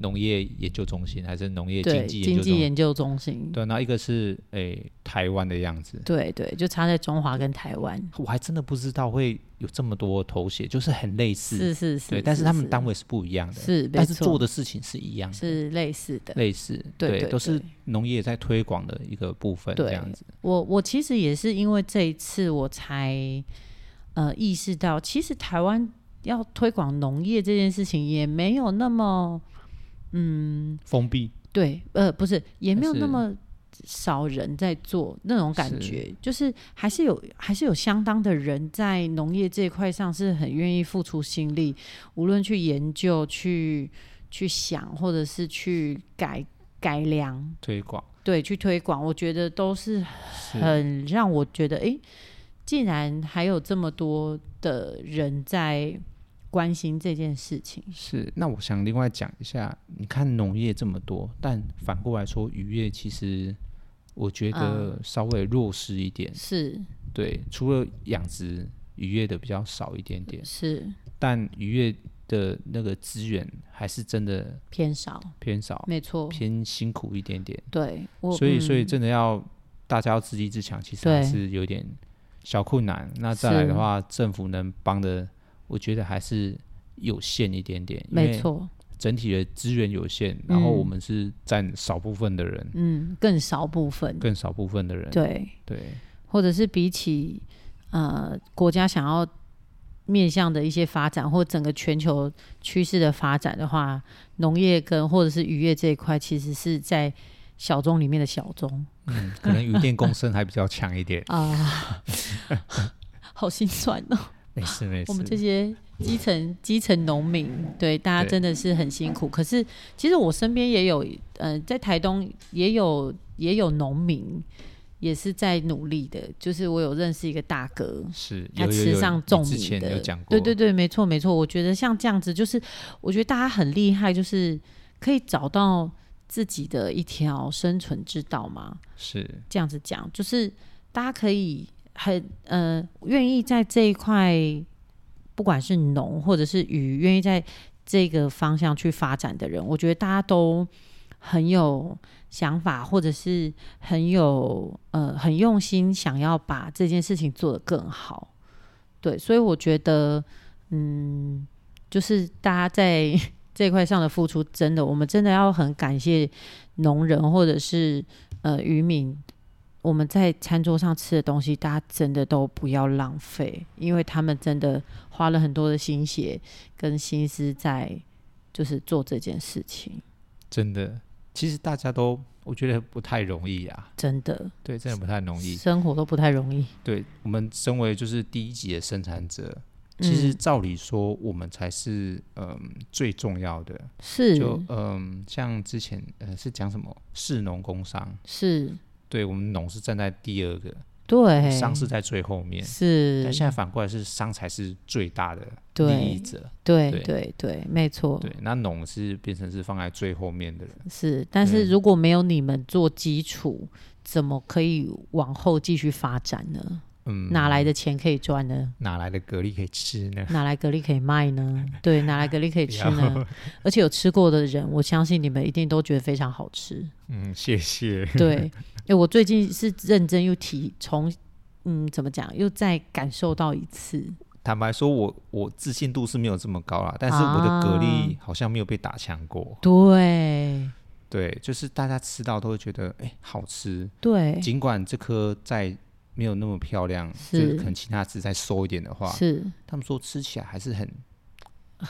[SPEAKER 1] 农业研究中心，还是农业
[SPEAKER 2] 对
[SPEAKER 1] 经济研究中
[SPEAKER 2] 经济
[SPEAKER 1] 心。
[SPEAKER 2] 研究中心。
[SPEAKER 1] 对，那一个是诶、台湾的样子，
[SPEAKER 2] 对对，就差在中华跟台湾。
[SPEAKER 1] 我还真的不知道会有这么多头衔，就是很类似，
[SPEAKER 2] 是是是，
[SPEAKER 1] 对，但是他们单
[SPEAKER 2] 位
[SPEAKER 1] 位是不一样的，
[SPEAKER 2] 是，没
[SPEAKER 1] 但是
[SPEAKER 2] 错
[SPEAKER 1] 做的事情是一样的，
[SPEAKER 2] 是类似的。
[SPEAKER 1] 类似，
[SPEAKER 2] 对对
[SPEAKER 1] 都是
[SPEAKER 2] 对
[SPEAKER 1] 农业在推广的一个部分，这
[SPEAKER 2] 对
[SPEAKER 1] 样子，
[SPEAKER 2] 我我其实也是因为这一次我才呃意识到，其实台湾要推广农业这件事情也没有那么
[SPEAKER 1] 封闭，
[SPEAKER 2] 对，呃，不是也没有
[SPEAKER 1] 是
[SPEAKER 2] 那么少人在做那种感
[SPEAKER 1] 是
[SPEAKER 2] 觉，就是还是有还是有相当的人在农业这一块上是很愿意付出心力，无论去研究、去去想，或者是去改改良，
[SPEAKER 1] 推广
[SPEAKER 2] 对，去推广，我觉得都是
[SPEAKER 1] 是
[SPEAKER 2] 很让我觉得，诶，竟然还有这么多的人在关心这件事情。
[SPEAKER 1] 是。那我想另外讲一下，你看农业这么多，但反过来说，渔业其实我觉
[SPEAKER 2] 嗯
[SPEAKER 1] 得稍微弱势一点，
[SPEAKER 2] 是
[SPEAKER 1] 对，除了养殖渔业的比较少一点点。
[SPEAKER 2] 是
[SPEAKER 1] 但渔业的那个资源还是真的
[SPEAKER 2] 偏少，
[SPEAKER 1] 偏少，
[SPEAKER 2] 没错，
[SPEAKER 1] 偏辛苦一点点。
[SPEAKER 2] 对我
[SPEAKER 1] 所以，所以
[SPEAKER 2] 嗯
[SPEAKER 1] 真的要大家要自立自强，其实
[SPEAKER 2] 对
[SPEAKER 1] 还是有点小困难。那再来的话，政府能帮的，我觉得还是有限一点点，因
[SPEAKER 2] 没
[SPEAKER 1] 为
[SPEAKER 2] 错，
[SPEAKER 1] 整体的资源有限，然后
[SPEAKER 2] 嗯
[SPEAKER 1] 我们是占少部分的人，
[SPEAKER 2] 嗯，更少部分，
[SPEAKER 1] 更少部分的人，
[SPEAKER 2] 对，
[SPEAKER 1] 对
[SPEAKER 2] 或者是比起呃国家想要面向的一些发展，或整个全球趋势的发展的话，农业跟或者是渔业这一块，其实是在小众里面的小众。
[SPEAKER 1] 嗯，可能鱼电共生还比较强一点
[SPEAKER 2] (laughs) 啊，好心酸哦。
[SPEAKER 1] 没事没事，
[SPEAKER 2] 我们这些基层基层农民，对大家
[SPEAKER 1] 对
[SPEAKER 2] 真的是很辛苦。可是其实我身边也有，呃，在台东也有也有农民，也是在努力的。就是我有认识一个大哥，
[SPEAKER 1] 是
[SPEAKER 2] 他
[SPEAKER 1] 有有
[SPEAKER 2] 吃
[SPEAKER 1] 有
[SPEAKER 2] 上
[SPEAKER 1] 你
[SPEAKER 2] 种
[SPEAKER 1] 之
[SPEAKER 2] 米
[SPEAKER 1] 前有
[SPEAKER 2] 的
[SPEAKER 1] 讲，过，
[SPEAKER 2] 对对对，没错没错。我觉得像这样子，就是我觉得大家很厉害，就是可以找到自己的一条生存之道嘛。
[SPEAKER 1] 是
[SPEAKER 2] 这样子讲，就是大家可以很呃愿意在这一块，不管是农或者是鱼，愿意在这个方向去发展的人，我觉得大家都很有想法，或者是很有呃很用心，想要把这件事情做得更好。对，所以我觉得，嗯，就是大家在 (laughs) 这一块上的付出，真的，我们真的要很感谢农人或者是呃渔民，我们在餐桌上吃的东西，大家真的都不要浪费，因为他们真的花了很多的心血跟心思在就是做这件事情，
[SPEAKER 1] 真的。其实大家都我觉得不太容易啊，
[SPEAKER 2] 真的
[SPEAKER 1] 对，真的不太容易。
[SPEAKER 2] 生活都不太容易。
[SPEAKER 1] 对我们身为就是第一级的生产者，其实
[SPEAKER 2] 嗯
[SPEAKER 1] 照理说我们才是嗯最重要的。就是嗯，像之前呃是讲什么士农工商，
[SPEAKER 2] 是，
[SPEAKER 1] 对我们农是站在第二个，
[SPEAKER 2] 对，
[SPEAKER 1] 商是在最后面。
[SPEAKER 2] 是
[SPEAKER 1] 但，现在反过来是商才是最大的
[SPEAKER 2] 对哦
[SPEAKER 1] 利益者，
[SPEAKER 2] 对
[SPEAKER 1] 对
[SPEAKER 2] 对对，没错，
[SPEAKER 1] 对，那农是变成是放在最后面的人，
[SPEAKER 2] 是。但是
[SPEAKER 1] 对
[SPEAKER 2] 如果没有你们做基础，怎么可以往后继续发展呢？
[SPEAKER 1] 嗯，
[SPEAKER 2] 哪来的钱可以赚呢？
[SPEAKER 1] 哪来的蛤蜊可以吃呢？ (laughs)
[SPEAKER 2] 哪来蛤蜊可以卖呢？对，哪来蛤蜊可以吃
[SPEAKER 1] 然
[SPEAKER 2] 呢？而且有吃过的人，我相信你们一定都觉得非常好吃。
[SPEAKER 1] 嗯，谢谢。 (laughs)
[SPEAKER 2] 对，哎、我最近是认真又体从，嗯，怎么讲，又再感受到一次。
[SPEAKER 1] 坦白说我，我自信度是没有这么高啦，但是我的蛤蜊
[SPEAKER 2] 啊
[SPEAKER 1] 好像没有被打枪过。
[SPEAKER 2] 对，
[SPEAKER 1] 对，就是大家吃到都会觉得，哎、好吃。
[SPEAKER 2] 对，
[SPEAKER 1] 尽管这颗在没有那么漂亮，
[SPEAKER 2] 是
[SPEAKER 1] 就是可能其他只再收一点的话，
[SPEAKER 2] 是
[SPEAKER 1] 他们说吃起来还是很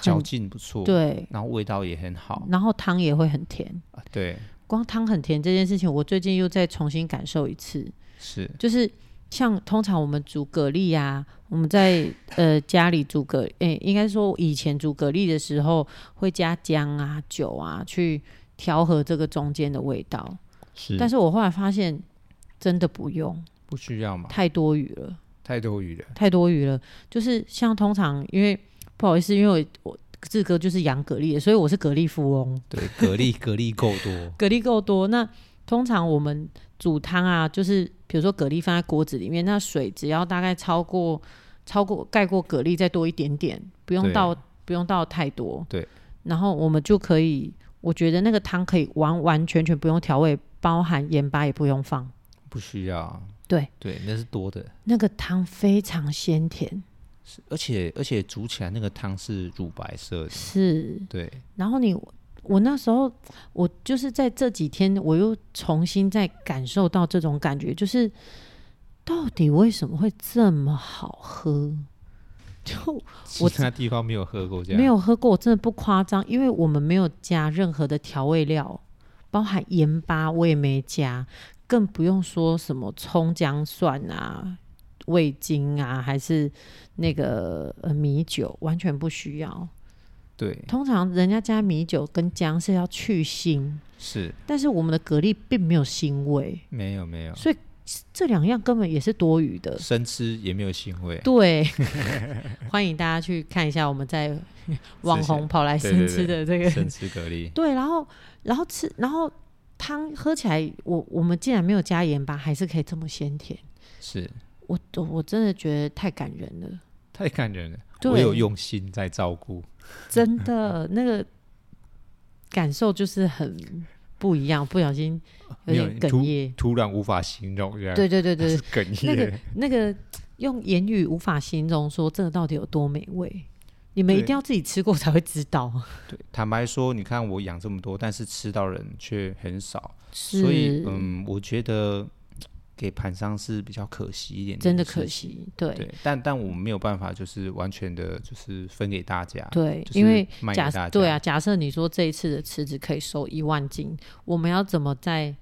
[SPEAKER 1] 嚼
[SPEAKER 2] 很
[SPEAKER 1] 劲不错，，
[SPEAKER 2] 对，
[SPEAKER 1] 然后味道也很好，
[SPEAKER 2] 然后汤也会很甜。
[SPEAKER 1] 啊对，
[SPEAKER 2] 光汤很甜这件事情，我最近又再重新感受一次。
[SPEAKER 1] 是
[SPEAKER 2] 就是像通常我们煮蛤蜊呀、我们在呃家里煮蛤，诶、应该说以前煮蛤蜊的时候会加姜啊、酒啊去调和这个中间的味道，
[SPEAKER 1] 是
[SPEAKER 2] 但
[SPEAKER 1] 是
[SPEAKER 2] 是我后来发现真的不用，
[SPEAKER 1] 不需要嘛，
[SPEAKER 2] 太多余了。
[SPEAKER 1] 太多余了，
[SPEAKER 2] 太多余了。就是像通常，因为不好意思，因为我我志哥就是养蛤蜊的，所以我是蛤蜊富翁，
[SPEAKER 1] 对，蛤蜊蛤蜊够多，
[SPEAKER 2] 蛤蜊够多。那通常我们煮汤啊，就是比如说蛤蜊放在锅子里面，那水只要大概超过超过盖过蛤蜊再多一点点，不用
[SPEAKER 1] 对
[SPEAKER 2] 到不用到太多。
[SPEAKER 1] 对，
[SPEAKER 2] 然后我们就可以，我觉得那个汤可以完完全全不用调味，包含盐巴也不用放，
[SPEAKER 1] 不需要，
[SPEAKER 2] (laughs) 对
[SPEAKER 1] 对，那是多的，
[SPEAKER 2] 那个汤非常鲜甜，
[SPEAKER 1] 是而且而且煮起来那个汤是乳白色的，
[SPEAKER 2] 是
[SPEAKER 1] 对，
[SPEAKER 2] 然后你，我那时候，我就是在这几天，我又重新再感受到这种感觉，就是到底为什么会这么好喝？就我
[SPEAKER 1] 其他地方没有喝过这样，
[SPEAKER 2] 没有喝过，我真的不夸张，因为我们没有加任何的调味料，包含盐巴我也没加，更不用说什么葱姜蒜啊、味精啊，还是那个呃米酒，完全不需要。
[SPEAKER 1] 对，
[SPEAKER 2] 通常人家加米酒跟姜是要去腥，
[SPEAKER 1] 是
[SPEAKER 2] 但是我们的蛤蜊并没有腥味，
[SPEAKER 1] 没有没有，
[SPEAKER 2] 所这两样根本也是多余的。
[SPEAKER 1] 生吃也没有腥味，
[SPEAKER 2] 对，欢迎大家去看一下我们在网红跑来
[SPEAKER 1] 对
[SPEAKER 2] 生
[SPEAKER 1] 对
[SPEAKER 2] 吃的这个，
[SPEAKER 1] 生吃蛤蜊，
[SPEAKER 2] 对，然后然后吃，然后汤喝起来，我我们竟然没有加盐巴，还是可以这么鲜甜，
[SPEAKER 1] 是
[SPEAKER 2] 我我我真的觉得太感人了，
[SPEAKER 1] 太感人了。
[SPEAKER 2] 对
[SPEAKER 1] 我有用心在照顾，
[SPEAKER 2] 真的那个感受就是很不一样，不小心有
[SPEAKER 1] 没有
[SPEAKER 2] 点哽
[SPEAKER 1] 突
[SPEAKER 2] 咽。
[SPEAKER 1] 突然无法形容这样，
[SPEAKER 2] 对对
[SPEAKER 1] 是
[SPEAKER 2] 对对，
[SPEAKER 1] 哽
[SPEAKER 2] 那
[SPEAKER 1] 咽
[SPEAKER 2] 个。那个用言语无法形容，说这个到底有多美味。你们一
[SPEAKER 1] 对
[SPEAKER 2] 定要自己吃过才会知道，
[SPEAKER 1] 对，坦白说，你看我养这么多，但是吃到人却很少，
[SPEAKER 2] 是
[SPEAKER 1] 所以嗯，我觉得给盘商是比较可惜一点点，
[SPEAKER 2] (laughs) 真的可。惜。对
[SPEAKER 1] 对，但但我们没有办法，就是完全的，就是分给大家。
[SPEAKER 2] 对
[SPEAKER 1] 就，是
[SPEAKER 2] 因为
[SPEAKER 1] 卖给
[SPEAKER 2] 假
[SPEAKER 1] 大家
[SPEAKER 2] 对啊，假设你说这一次的池子可以收一万斤，我们要怎么在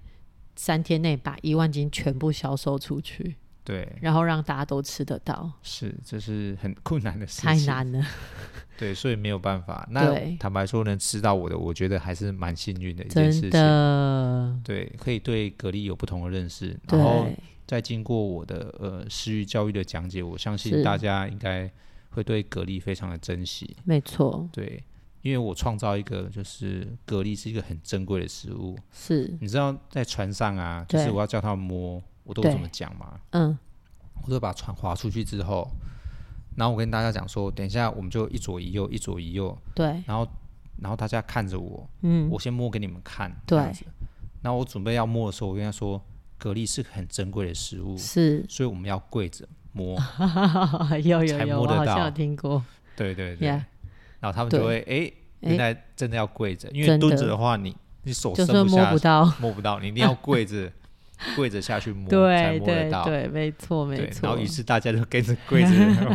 [SPEAKER 2] 三天内把一万斤全部销售出去，
[SPEAKER 1] 对，
[SPEAKER 2] 然后让大家都吃得到？
[SPEAKER 1] 是这是很困难的事情，
[SPEAKER 2] 太。难了， (laughs)
[SPEAKER 1] 对，所以没有办法。那
[SPEAKER 2] 对
[SPEAKER 1] 坦白说，能吃到我的，我觉得还是蛮幸运的一件
[SPEAKER 2] 真
[SPEAKER 1] 事情。
[SPEAKER 2] 的。
[SPEAKER 1] 对，可以对蛤蜊有不同的认识，然后
[SPEAKER 2] 对，
[SPEAKER 1] 再经过我的呃私域教育的讲解，我相信
[SPEAKER 2] 是
[SPEAKER 1] 大家应该会对蛤蜊非常的珍惜。
[SPEAKER 2] 没错，
[SPEAKER 1] 对，因为我创造一个就是蛤蜊是一个很珍贵的食物，
[SPEAKER 2] 是，
[SPEAKER 1] 你知道在船上啊，就
[SPEAKER 2] 对
[SPEAKER 1] 是我要叫他们摸，我都
[SPEAKER 2] 对
[SPEAKER 1] 怎么讲嘛？
[SPEAKER 2] 嗯，
[SPEAKER 1] 我都把船划出去之后，然后我跟大家讲说，等一下我们就一左一右，一左一右，
[SPEAKER 2] 对，
[SPEAKER 1] 然后然后大家看着我，
[SPEAKER 2] 嗯，
[SPEAKER 1] 我先摸给你们看，
[SPEAKER 2] 对
[SPEAKER 1] 这样子。然后我准备要摸的时候，我跟他说，蛤蜊是很珍贵的食物， (laughs)
[SPEAKER 2] 是，
[SPEAKER 1] 所以我们要跪着摸。
[SPEAKER 2] 啊有有
[SPEAKER 1] 才
[SPEAKER 2] 有，
[SPEAKER 1] 摸
[SPEAKER 2] 我
[SPEAKER 1] 得
[SPEAKER 2] 好像
[SPEAKER 1] 到
[SPEAKER 2] 有听过，
[SPEAKER 1] 对对对。
[SPEAKER 2] Yeah
[SPEAKER 1] 然后他们就会哎，原
[SPEAKER 2] 诶
[SPEAKER 1] 来真的要跪着，因为
[SPEAKER 2] 真的
[SPEAKER 1] 蹲着的话，你你手
[SPEAKER 2] 就
[SPEAKER 1] 伸
[SPEAKER 2] 是摸
[SPEAKER 1] 下，
[SPEAKER 2] 不到，
[SPEAKER 1] 摸不到，你一定要跪
[SPEAKER 2] (laughs)
[SPEAKER 1] 着跪着下去摸，才
[SPEAKER 2] 对
[SPEAKER 1] 摸得
[SPEAKER 2] 对
[SPEAKER 1] 到。
[SPEAKER 2] 对，没错没
[SPEAKER 1] 对，然
[SPEAKER 2] 错
[SPEAKER 1] 后于。是大家就跟着跪
[SPEAKER 2] (laughs)
[SPEAKER 1] 着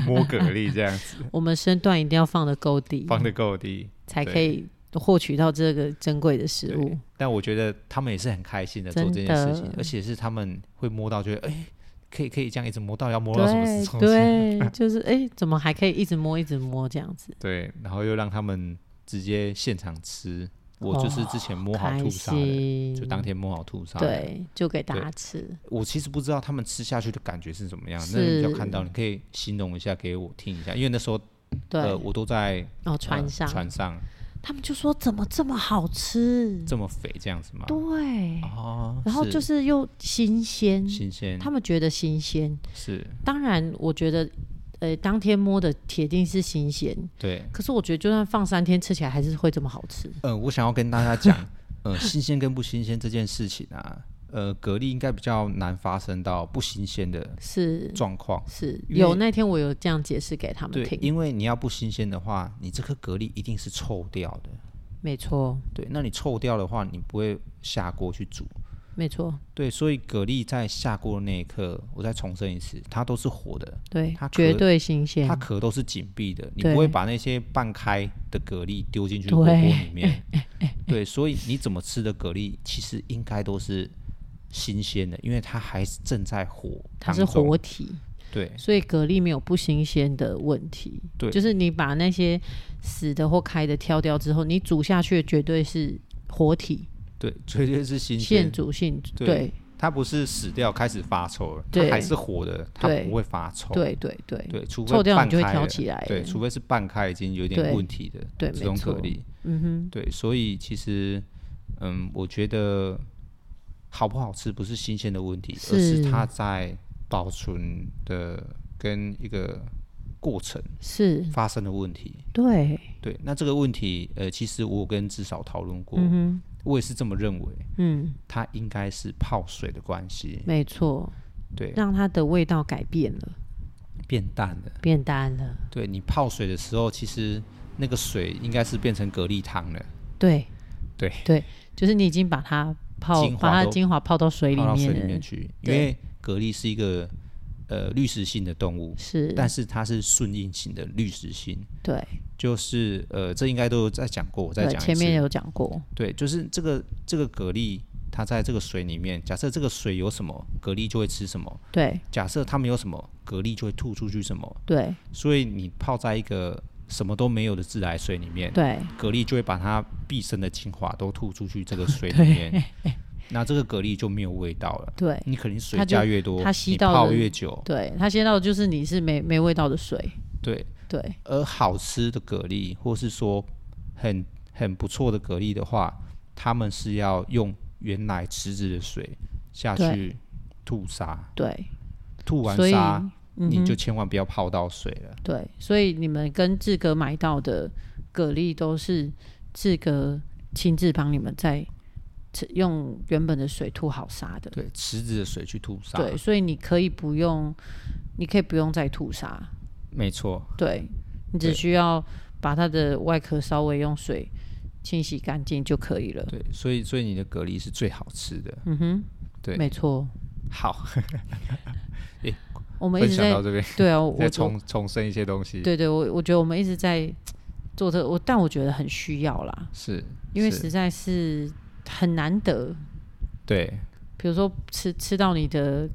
[SPEAKER 1] 摸蛤蜊，这样子
[SPEAKER 2] 我们身段一定要放得够低，
[SPEAKER 1] 放的够低。
[SPEAKER 2] 才
[SPEAKER 1] 对
[SPEAKER 2] 可以获取到这个珍贵的食物
[SPEAKER 1] 对。，但我觉得他们也是很开心的做这
[SPEAKER 2] 真
[SPEAKER 1] 件事情
[SPEAKER 2] 的，
[SPEAKER 1] 而且是他们会摸到，觉得哎，可以可以这样一直摸到，要摸到什么时候？
[SPEAKER 2] 对对， (laughs) 就是哎、怎么还可以一直摸一直摸这样子？
[SPEAKER 1] 对，然后又让他们直接现场吃。我就是之前摸好
[SPEAKER 2] 开
[SPEAKER 1] 吐沙的，
[SPEAKER 2] 心，
[SPEAKER 1] 就当天摸好吐沙。，
[SPEAKER 2] 对，就给大家吃。
[SPEAKER 1] 我其实不知道他们吃下去的感觉是怎么样，那你要
[SPEAKER 2] 是
[SPEAKER 1] 看到，你可以形容一下给我听一下，因为那时候
[SPEAKER 2] 对，
[SPEAKER 1] 呃我都在
[SPEAKER 2] 然后
[SPEAKER 1] 呃
[SPEAKER 2] 船上、
[SPEAKER 1] 船上
[SPEAKER 2] 他们就说怎么这么好吃？
[SPEAKER 1] 这么肥这样子嘛，
[SPEAKER 2] 对，
[SPEAKER 1] 哦，
[SPEAKER 2] 然后就是是又新鲜，
[SPEAKER 1] 新鲜，
[SPEAKER 2] 他们觉得新鲜。
[SPEAKER 1] 是
[SPEAKER 2] 当然，我觉得。呃，当天摸的铁定是新鲜，
[SPEAKER 1] 对，
[SPEAKER 2] 可是我觉得就算放三天，吃起来还是会这么好吃。
[SPEAKER 1] 呃，我想要跟大家
[SPEAKER 2] (laughs)
[SPEAKER 1] 讲，呃，新鲜跟不新鲜这件事情啊，呃，蛤蜊应该比较难发生到不新鲜的
[SPEAKER 2] 是
[SPEAKER 1] 状况。
[SPEAKER 2] 是，
[SPEAKER 1] 因为
[SPEAKER 2] 有那天我有这样解释给他们
[SPEAKER 1] 对，
[SPEAKER 2] 听，
[SPEAKER 1] 因为你要不新鲜的话，你这颗蛤蜊一定是臭掉的。
[SPEAKER 2] 没错，
[SPEAKER 1] 对，那你臭掉的话，你不会下锅去煮。
[SPEAKER 2] 没错，
[SPEAKER 1] 对，所以蛤蜊在下锅的那一刻，我再重申一次，它都是活的，
[SPEAKER 2] 对
[SPEAKER 1] 它，可
[SPEAKER 2] 绝对新鲜
[SPEAKER 1] 它，壳都是紧闭的，你
[SPEAKER 2] 对
[SPEAKER 1] 不会把那些半开的蛤蜊丢进去火锅里
[SPEAKER 2] (laughs)
[SPEAKER 1] 面。对，所以你怎么吃的蛤蜊，其实应该都是新鲜的，因为它还是正在火
[SPEAKER 2] 它
[SPEAKER 1] 当
[SPEAKER 2] 是
[SPEAKER 1] 中，
[SPEAKER 2] 活体，
[SPEAKER 1] 对
[SPEAKER 2] 所以蛤蜊没有不新鲜的问题。
[SPEAKER 1] 对
[SPEAKER 2] 就是你把那些死的或开的挑掉之后，你煮下去绝对是活体，
[SPEAKER 1] 对，绝对是新
[SPEAKER 2] 现
[SPEAKER 1] 鲜。
[SPEAKER 2] 煮现煮，
[SPEAKER 1] 对
[SPEAKER 2] 对
[SPEAKER 1] 它不是死掉开始发臭了，它
[SPEAKER 2] 对
[SPEAKER 1] 还是活的，它
[SPEAKER 2] 对
[SPEAKER 1] 不会发臭。
[SPEAKER 2] 对对对，
[SPEAKER 1] 对，除非
[SPEAKER 2] 臭掉
[SPEAKER 1] 半
[SPEAKER 2] 你就会
[SPEAKER 1] 开
[SPEAKER 2] 挑
[SPEAKER 1] 了
[SPEAKER 2] 起来了。
[SPEAKER 1] 对，除非是半开已经有点
[SPEAKER 2] 对
[SPEAKER 1] 问题的
[SPEAKER 2] 对
[SPEAKER 1] 这
[SPEAKER 2] 没
[SPEAKER 1] 种
[SPEAKER 2] 错
[SPEAKER 1] 蛤蜊。
[SPEAKER 2] 嗯哼，
[SPEAKER 1] 对，所以其实，嗯，我觉得好不好吃不是新鲜的问题，而是
[SPEAKER 2] 是
[SPEAKER 1] 它在保存的跟一个过程
[SPEAKER 2] 是，
[SPEAKER 1] 发生的问题。
[SPEAKER 2] 对，
[SPEAKER 1] 对，那这个问题，呃，其实我有跟志嫂讨论过，
[SPEAKER 2] 嗯哼，
[SPEAKER 1] 我也是这么认为，
[SPEAKER 2] 嗯，
[SPEAKER 1] 它应该是泡水的关系，
[SPEAKER 2] 没错，
[SPEAKER 1] 对，
[SPEAKER 2] 让它的味道改变了，
[SPEAKER 1] 变淡了。
[SPEAKER 2] 变淡了，
[SPEAKER 1] 对你泡水的时候，其实那个水应该是变成蛤蜊汤了，
[SPEAKER 2] 对。
[SPEAKER 1] 对，
[SPEAKER 2] 就是你已经把它泡
[SPEAKER 1] 精，华
[SPEAKER 2] 把它的
[SPEAKER 1] 都
[SPEAKER 2] 精华泡到水里
[SPEAKER 1] 泡到水
[SPEAKER 2] 面
[SPEAKER 1] 里面
[SPEAKER 2] 了，
[SPEAKER 1] 去，因
[SPEAKER 2] 对
[SPEAKER 1] 为蛤蜊是一个呃滤食性的动物，
[SPEAKER 2] 是，
[SPEAKER 1] 但是它是顺应型的滤食性，
[SPEAKER 2] 对，
[SPEAKER 1] 就是呃，这应该都有在讲过，我再
[SPEAKER 2] 对，
[SPEAKER 1] 讲一
[SPEAKER 2] 前面
[SPEAKER 1] 次。
[SPEAKER 2] 有讲过，
[SPEAKER 1] 对，就是这个这个蛤蜊，它在这个水里面，假设这个水有什么，蛤蜊就会吃什么；
[SPEAKER 2] 对
[SPEAKER 1] 假设它没有什么，蛤蜊就会吐出去什么。
[SPEAKER 2] 对
[SPEAKER 1] 所以你泡在一个什么都没有的自来水里面，
[SPEAKER 2] 对，
[SPEAKER 1] 蛤蜊就会把它毕生的精华都吐出去这个
[SPEAKER 2] (laughs)
[SPEAKER 1] 水里面，那这个蛤蜊就没有味道了。
[SPEAKER 2] 对
[SPEAKER 1] 你肯定水
[SPEAKER 2] 它就
[SPEAKER 1] 加越多，
[SPEAKER 2] 它吸
[SPEAKER 1] 你
[SPEAKER 2] 到
[SPEAKER 1] 泡
[SPEAKER 2] 的
[SPEAKER 1] 越久，
[SPEAKER 2] 对，它先到的就是你是没没味道的水，
[SPEAKER 1] 对，
[SPEAKER 2] 对
[SPEAKER 1] 而好吃的蛤蜊，或是说很很不错的蛤蜊的话，他们是要用原来池子的水下
[SPEAKER 2] 对
[SPEAKER 1] 去吐沙，
[SPEAKER 2] 对，
[SPEAKER 1] 吐完
[SPEAKER 2] 所以
[SPEAKER 1] 沙、
[SPEAKER 2] 嗯
[SPEAKER 1] 你
[SPEAKER 2] 哼
[SPEAKER 1] 就千万不要泡到水了。
[SPEAKER 2] 对，所以你们跟志哥买到的蛤蜊都是志哥亲自帮你们在用原本的水吐好沙的。
[SPEAKER 1] 对，池子的水去吐沙，
[SPEAKER 2] 对，，所以你可以不用，你可以不用再吐沙，
[SPEAKER 1] 没错，
[SPEAKER 2] 对你只
[SPEAKER 1] 对
[SPEAKER 2] 需要把它的外壳稍微用水清洗干净就可以了。
[SPEAKER 1] 对，所以所以你的蛤蜊是最好吃的。
[SPEAKER 2] 嗯哼，
[SPEAKER 1] 对
[SPEAKER 2] 没错。
[SPEAKER 1] 好，
[SPEAKER 2] 我们一
[SPEAKER 1] 分
[SPEAKER 2] 直
[SPEAKER 1] 享
[SPEAKER 2] 在
[SPEAKER 1] 到这边，
[SPEAKER 2] 对啊，我
[SPEAKER 1] 再
[SPEAKER 2] 我
[SPEAKER 1] 重重申一些东西。，
[SPEAKER 2] 对对，我我觉得我们一直在做这我，但我觉得很需要啦，
[SPEAKER 1] 是
[SPEAKER 2] 因为
[SPEAKER 1] 是
[SPEAKER 2] 实在是很难得。
[SPEAKER 1] 对
[SPEAKER 2] 比如说吃吃到你的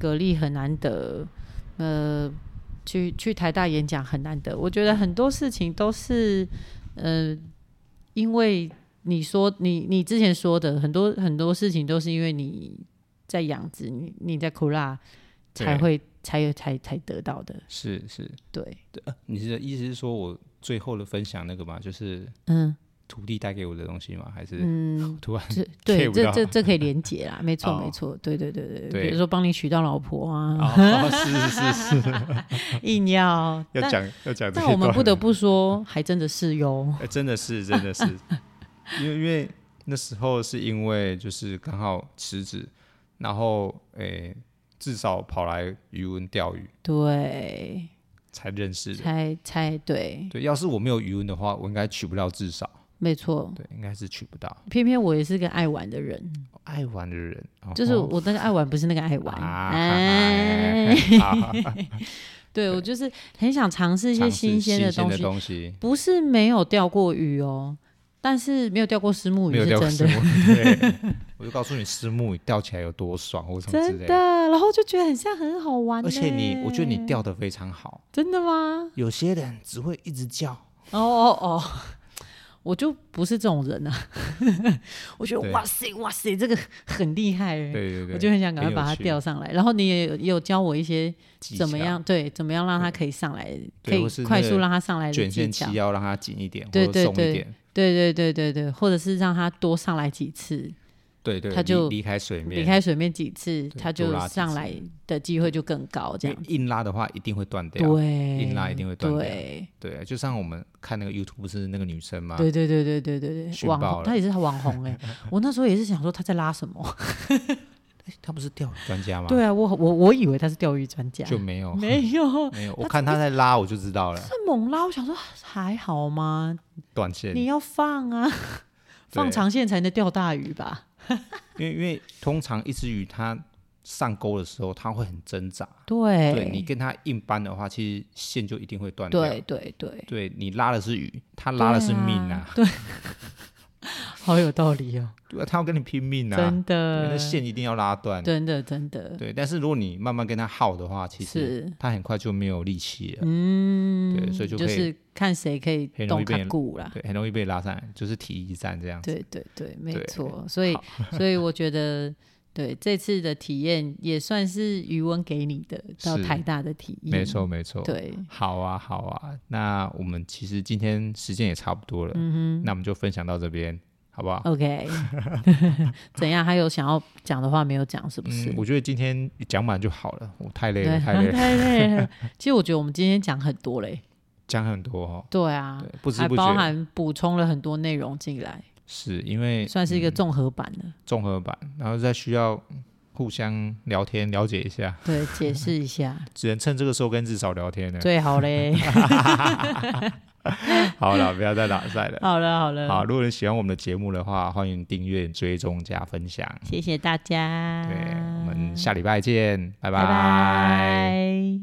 [SPEAKER 2] 蛤蜊很难得，呃，去去台大演讲很难得。我觉得很多事情都是，呃，因为你说你你之前说的很多很多事情都是因为你在养殖，你你在苦辣
[SPEAKER 1] 对
[SPEAKER 2] 才会才才才得到的。
[SPEAKER 1] 是是，
[SPEAKER 2] 对，
[SPEAKER 1] 你的意思是说我最后的分享那个吗？就是
[SPEAKER 2] 嗯
[SPEAKER 1] 徒弟带给我的东西吗？还是、
[SPEAKER 2] 嗯，
[SPEAKER 1] 突然 (laughs) K
[SPEAKER 2] 这对
[SPEAKER 1] 不
[SPEAKER 2] 这
[SPEAKER 1] 到
[SPEAKER 2] 这这可以连
[SPEAKER 1] (laughs)
[SPEAKER 2] 结啦，没错
[SPEAKER 1] 哦
[SPEAKER 2] 没错，对对对对，
[SPEAKER 1] 对
[SPEAKER 2] 比如说帮你娶到老婆 (laughs) 啊，
[SPEAKER 1] 哦，是是是是，
[SPEAKER 2] 硬要，
[SPEAKER 1] (laughs) 要
[SPEAKER 2] 但
[SPEAKER 1] 讲要讲这
[SPEAKER 2] 但
[SPEAKER 1] 一
[SPEAKER 2] 我们
[SPEAKER 1] 段
[SPEAKER 2] 不得不说，还真的是哟。
[SPEAKER 1] 哎，真的是，真的是，因为因为那时候是因为就是刚好辞职，然后诶、至少跑来渔文钓鱼
[SPEAKER 2] 对，
[SPEAKER 1] 才认识的。
[SPEAKER 2] 猜猜对，
[SPEAKER 1] 对，要是我没有渔文的话，我应该娶不到至少，
[SPEAKER 2] 没错。
[SPEAKER 1] 对，应该是娶不到
[SPEAKER 2] 偏偏我也是个爱玩的人，
[SPEAKER 1] 爱玩的人，哦
[SPEAKER 2] 就是我那个爱玩不是那个爱玩，
[SPEAKER 1] 啊，
[SPEAKER 2] 哎，
[SPEAKER 1] (laughs) 好
[SPEAKER 2] 对我就是很想尝试一些
[SPEAKER 1] 尝试
[SPEAKER 2] 新鲜的
[SPEAKER 1] 新
[SPEAKER 2] 东
[SPEAKER 1] 的
[SPEAKER 2] 西，
[SPEAKER 1] 东西，
[SPEAKER 2] 不是没有钓过鱼哦，但是没有钓过石目
[SPEAKER 1] 没
[SPEAKER 2] 鱼
[SPEAKER 1] 有
[SPEAKER 2] 是
[SPEAKER 1] 钓过
[SPEAKER 2] 真
[SPEAKER 1] 石
[SPEAKER 2] 的，
[SPEAKER 1] 目鱼，
[SPEAKER 2] (laughs)
[SPEAKER 1] 对我就告诉你，石目鱼钓起来有多爽，或什么之
[SPEAKER 2] 真
[SPEAKER 1] 类
[SPEAKER 2] 的。啊然后就觉得很像很好玩呢，
[SPEAKER 1] 而且你，我觉得你钓的非常好。
[SPEAKER 2] 真的吗？
[SPEAKER 1] 有些人只会一直叫，
[SPEAKER 2] 哦哦哦，我就不是这种人啊， (laughs) 我觉得
[SPEAKER 1] 对
[SPEAKER 2] 哇塞哇塞，这个很厉害欸，
[SPEAKER 1] 对对对，
[SPEAKER 2] 我就很想赶快
[SPEAKER 1] 很有
[SPEAKER 2] 把它
[SPEAKER 1] 趣
[SPEAKER 2] 钓上来。然后你也有也有教我一些
[SPEAKER 1] 技
[SPEAKER 2] 怎么
[SPEAKER 1] 巧
[SPEAKER 2] 样，对，怎么样让它可以上来，可
[SPEAKER 1] 对或是
[SPEAKER 2] 以
[SPEAKER 1] 那
[SPEAKER 2] 快速
[SPEAKER 1] 个
[SPEAKER 2] 让它上来的
[SPEAKER 1] 卷
[SPEAKER 2] 技
[SPEAKER 1] 线啊
[SPEAKER 2] 巧
[SPEAKER 1] 期。要让它紧一点，
[SPEAKER 2] 对
[SPEAKER 1] 或
[SPEAKER 2] 对
[SPEAKER 1] 者松
[SPEAKER 2] 对
[SPEAKER 1] 一点，
[SPEAKER 2] 对对对对对，或者是让它多上来几次，
[SPEAKER 1] 对对，
[SPEAKER 2] 它就
[SPEAKER 1] 离离开水面，
[SPEAKER 2] 离开水面几次，
[SPEAKER 1] 对
[SPEAKER 2] 它
[SPEAKER 1] 多
[SPEAKER 2] 就
[SPEAKER 1] 拉几
[SPEAKER 2] 上
[SPEAKER 1] 次
[SPEAKER 2] 来的机会就更高。这
[SPEAKER 1] 因
[SPEAKER 2] 样
[SPEAKER 1] 为硬拉的话一定会断掉，
[SPEAKER 2] 对，
[SPEAKER 1] 硬拉一定会啊断掉
[SPEAKER 2] 对
[SPEAKER 1] 对，就像我们看那个 YouTube 不是那个女生吗？
[SPEAKER 2] 对对对对对对对，
[SPEAKER 1] 寻
[SPEAKER 2] 网
[SPEAKER 1] 宝
[SPEAKER 2] 红
[SPEAKER 1] 啊了
[SPEAKER 2] 他也是网
[SPEAKER 1] (laughs)
[SPEAKER 2] 红哎，我那时候也是想说他在拉什么？
[SPEAKER 1] 诶，她不是钓鱼专家吗？，
[SPEAKER 2] 对啊，我我我以为他是钓鱼专家，
[SPEAKER 1] 就没有
[SPEAKER 2] 没有
[SPEAKER 1] 没有，我看她在拉我就知道了，
[SPEAKER 2] 这猛拉，我想说还好吗？
[SPEAKER 1] 断线，
[SPEAKER 2] 你
[SPEAKER 1] 因
[SPEAKER 2] 要
[SPEAKER 1] (laughs)
[SPEAKER 2] 放啊，放长线才能钓大鱼吧？
[SPEAKER 1] 为因为通常一只鱼它上钩的时候，它会很挣扎，
[SPEAKER 2] 对
[SPEAKER 1] 对你跟它硬扳的话，其实线就一定会断掉。
[SPEAKER 2] 对对对，
[SPEAKER 1] 对你拉的是鱼，它拉的是命啊！对
[SPEAKER 2] 好有道理哦，
[SPEAKER 1] 啊，它要跟你拼命啊！
[SPEAKER 2] 真
[SPEAKER 1] 对 (laughs)
[SPEAKER 2] 的
[SPEAKER 1] 那，线一定要拉断。
[SPEAKER 2] 真的真的，
[SPEAKER 1] 对，但是如果你慢慢跟他耗的话，其实
[SPEAKER 2] 是
[SPEAKER 1] 他很快就没有力气了，
[SPEAKER 2] 嗯，
[SPEAKER 1] 对所以就可以
[SPEAKER 2] 是看谁可以
[SPEAKER 1] 很容
[SPEAKER 2] 动
[SPEAKER 1] 易
[SPEAKER 2] 卡
[SPEAKER 1] 被
[SPEAKER 2] 骨啦。
[SPEAKER 1] 对，很容易被拉上来，就是体力战这样子。
[SPEAKER 2] 对对对，没
[SPEAKER 1] 对
[SPEAKER 2] 错，所以所以我觉得。对这次的体验也算是余温给你的到
[SPEAKER 1] 是
[SPEAKER 2] 台大的体验，
[SPEAKER 1] 没，错，没错。，
[SPEAKER 2] 对，
[SPEAKER 1] 好啊，好啊。那我们其实今天时间也差不多了，嗯、那我们就分享到这边，好不好？ (laughs)
[SPEAKER 2] OK，怎样？还有想要讲的话没有讲，是不是
[SPEAKER 1] 嗯，？我觉得今天讲满就好了，我太累
[SPEAKER 2] 对，
[SPEAKER 1] 了，太累了，
[SPEAKER 2] (laughs) 太累了。其实我觉得我们今天讲很多嘞，
[SPEAKER 1] 讲很多哦。
[SPEAKER 2] 对啊
[SPEAKER 1] 对，，不知
[SPEAKER 2] 还
[SPEAKER 1] 不
[SPEAKER 2] 包
[SPEAKER 1] 觉
[SPEAKER 2] 含补充了很多内容进来，
[SPEAKER 1] 是因为嗯
[SPEAKER 2] 算是一个综合版的。
[SPEAKER 1] 综合版，然后再需要互相聊天了解一下，
[SPEAKER 2] 对，解释
[SPEAKER 1] (laughs)
[SPEAKER 2] 一下
[SPEAKER 1] 只能趁这个时候跟至少聊天了。
[SPEAKER 2] 最好嘞。
[SPEAKER 1] (laughs) 好了，不要再打赛了。
[SPEAKER 2] 好了 (laughs) 好了，
[SPEAKER 1] 好，如果你喜欢我们的节目的话，欢迎订阅、追踪、加分享。
[SPEAKER 2] 谢谢大家。
[SPEAKER 1] 对，我们下礼拜见，拜
[SPEAKER 2] 拜
[SPEAKER 1] 拜
[SPEAKER 2] 拜。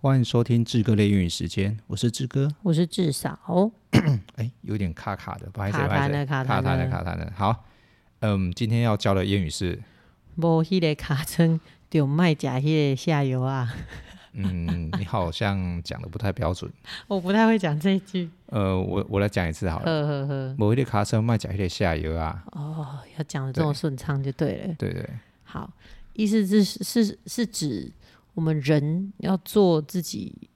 [SPEAKER 1] 欢迎收听志哥类英语时间，我是志哥。
[SPEAKER 2] 我是至少
[SPEAKER 1] 哎，有点卡卡的，不好意思，
[SPEAKER 2] 卡
[SPEAKER 1] 不好
[SPEAKER 2] 痰
[SPEAKER 1] 意思
[SPEAKER 2] 了，卡
[SPEAKER 1] 卡
[SPEAKER 2] 痰
[SPEAKER 1] 痰的，
[SPEAKER 2] 了，
[SPEAKER 1] 卡痰的。好，嗯，今天要教的谚语是，
[SPEAKER 2] 无迄个卡称就卖食迄个下游啊， (laughs)
[SPEAKER 1] 嗯， (laughs) 你好像讲的不太标准。
[SPEAKER 2] 我不太会讲这一句。
[SPEAKER 1] 呃，我我来讲一次好
[SPEAKER 2] 呵
[SPEAKER 1] 了。嗯
[SPEAKER 2] 呵呵，
[SPEAKER 1] 某一类卡车卖假一类下游啊，
[SPEAKER 2] 哦，要讲的这么
[SPEAKER 1] 对
[SPEAKER 2] 顺畅就对了。
[SPEAKER 1] 对对，
[SPEAKER 2] 好，意思是是是指我们人要做自己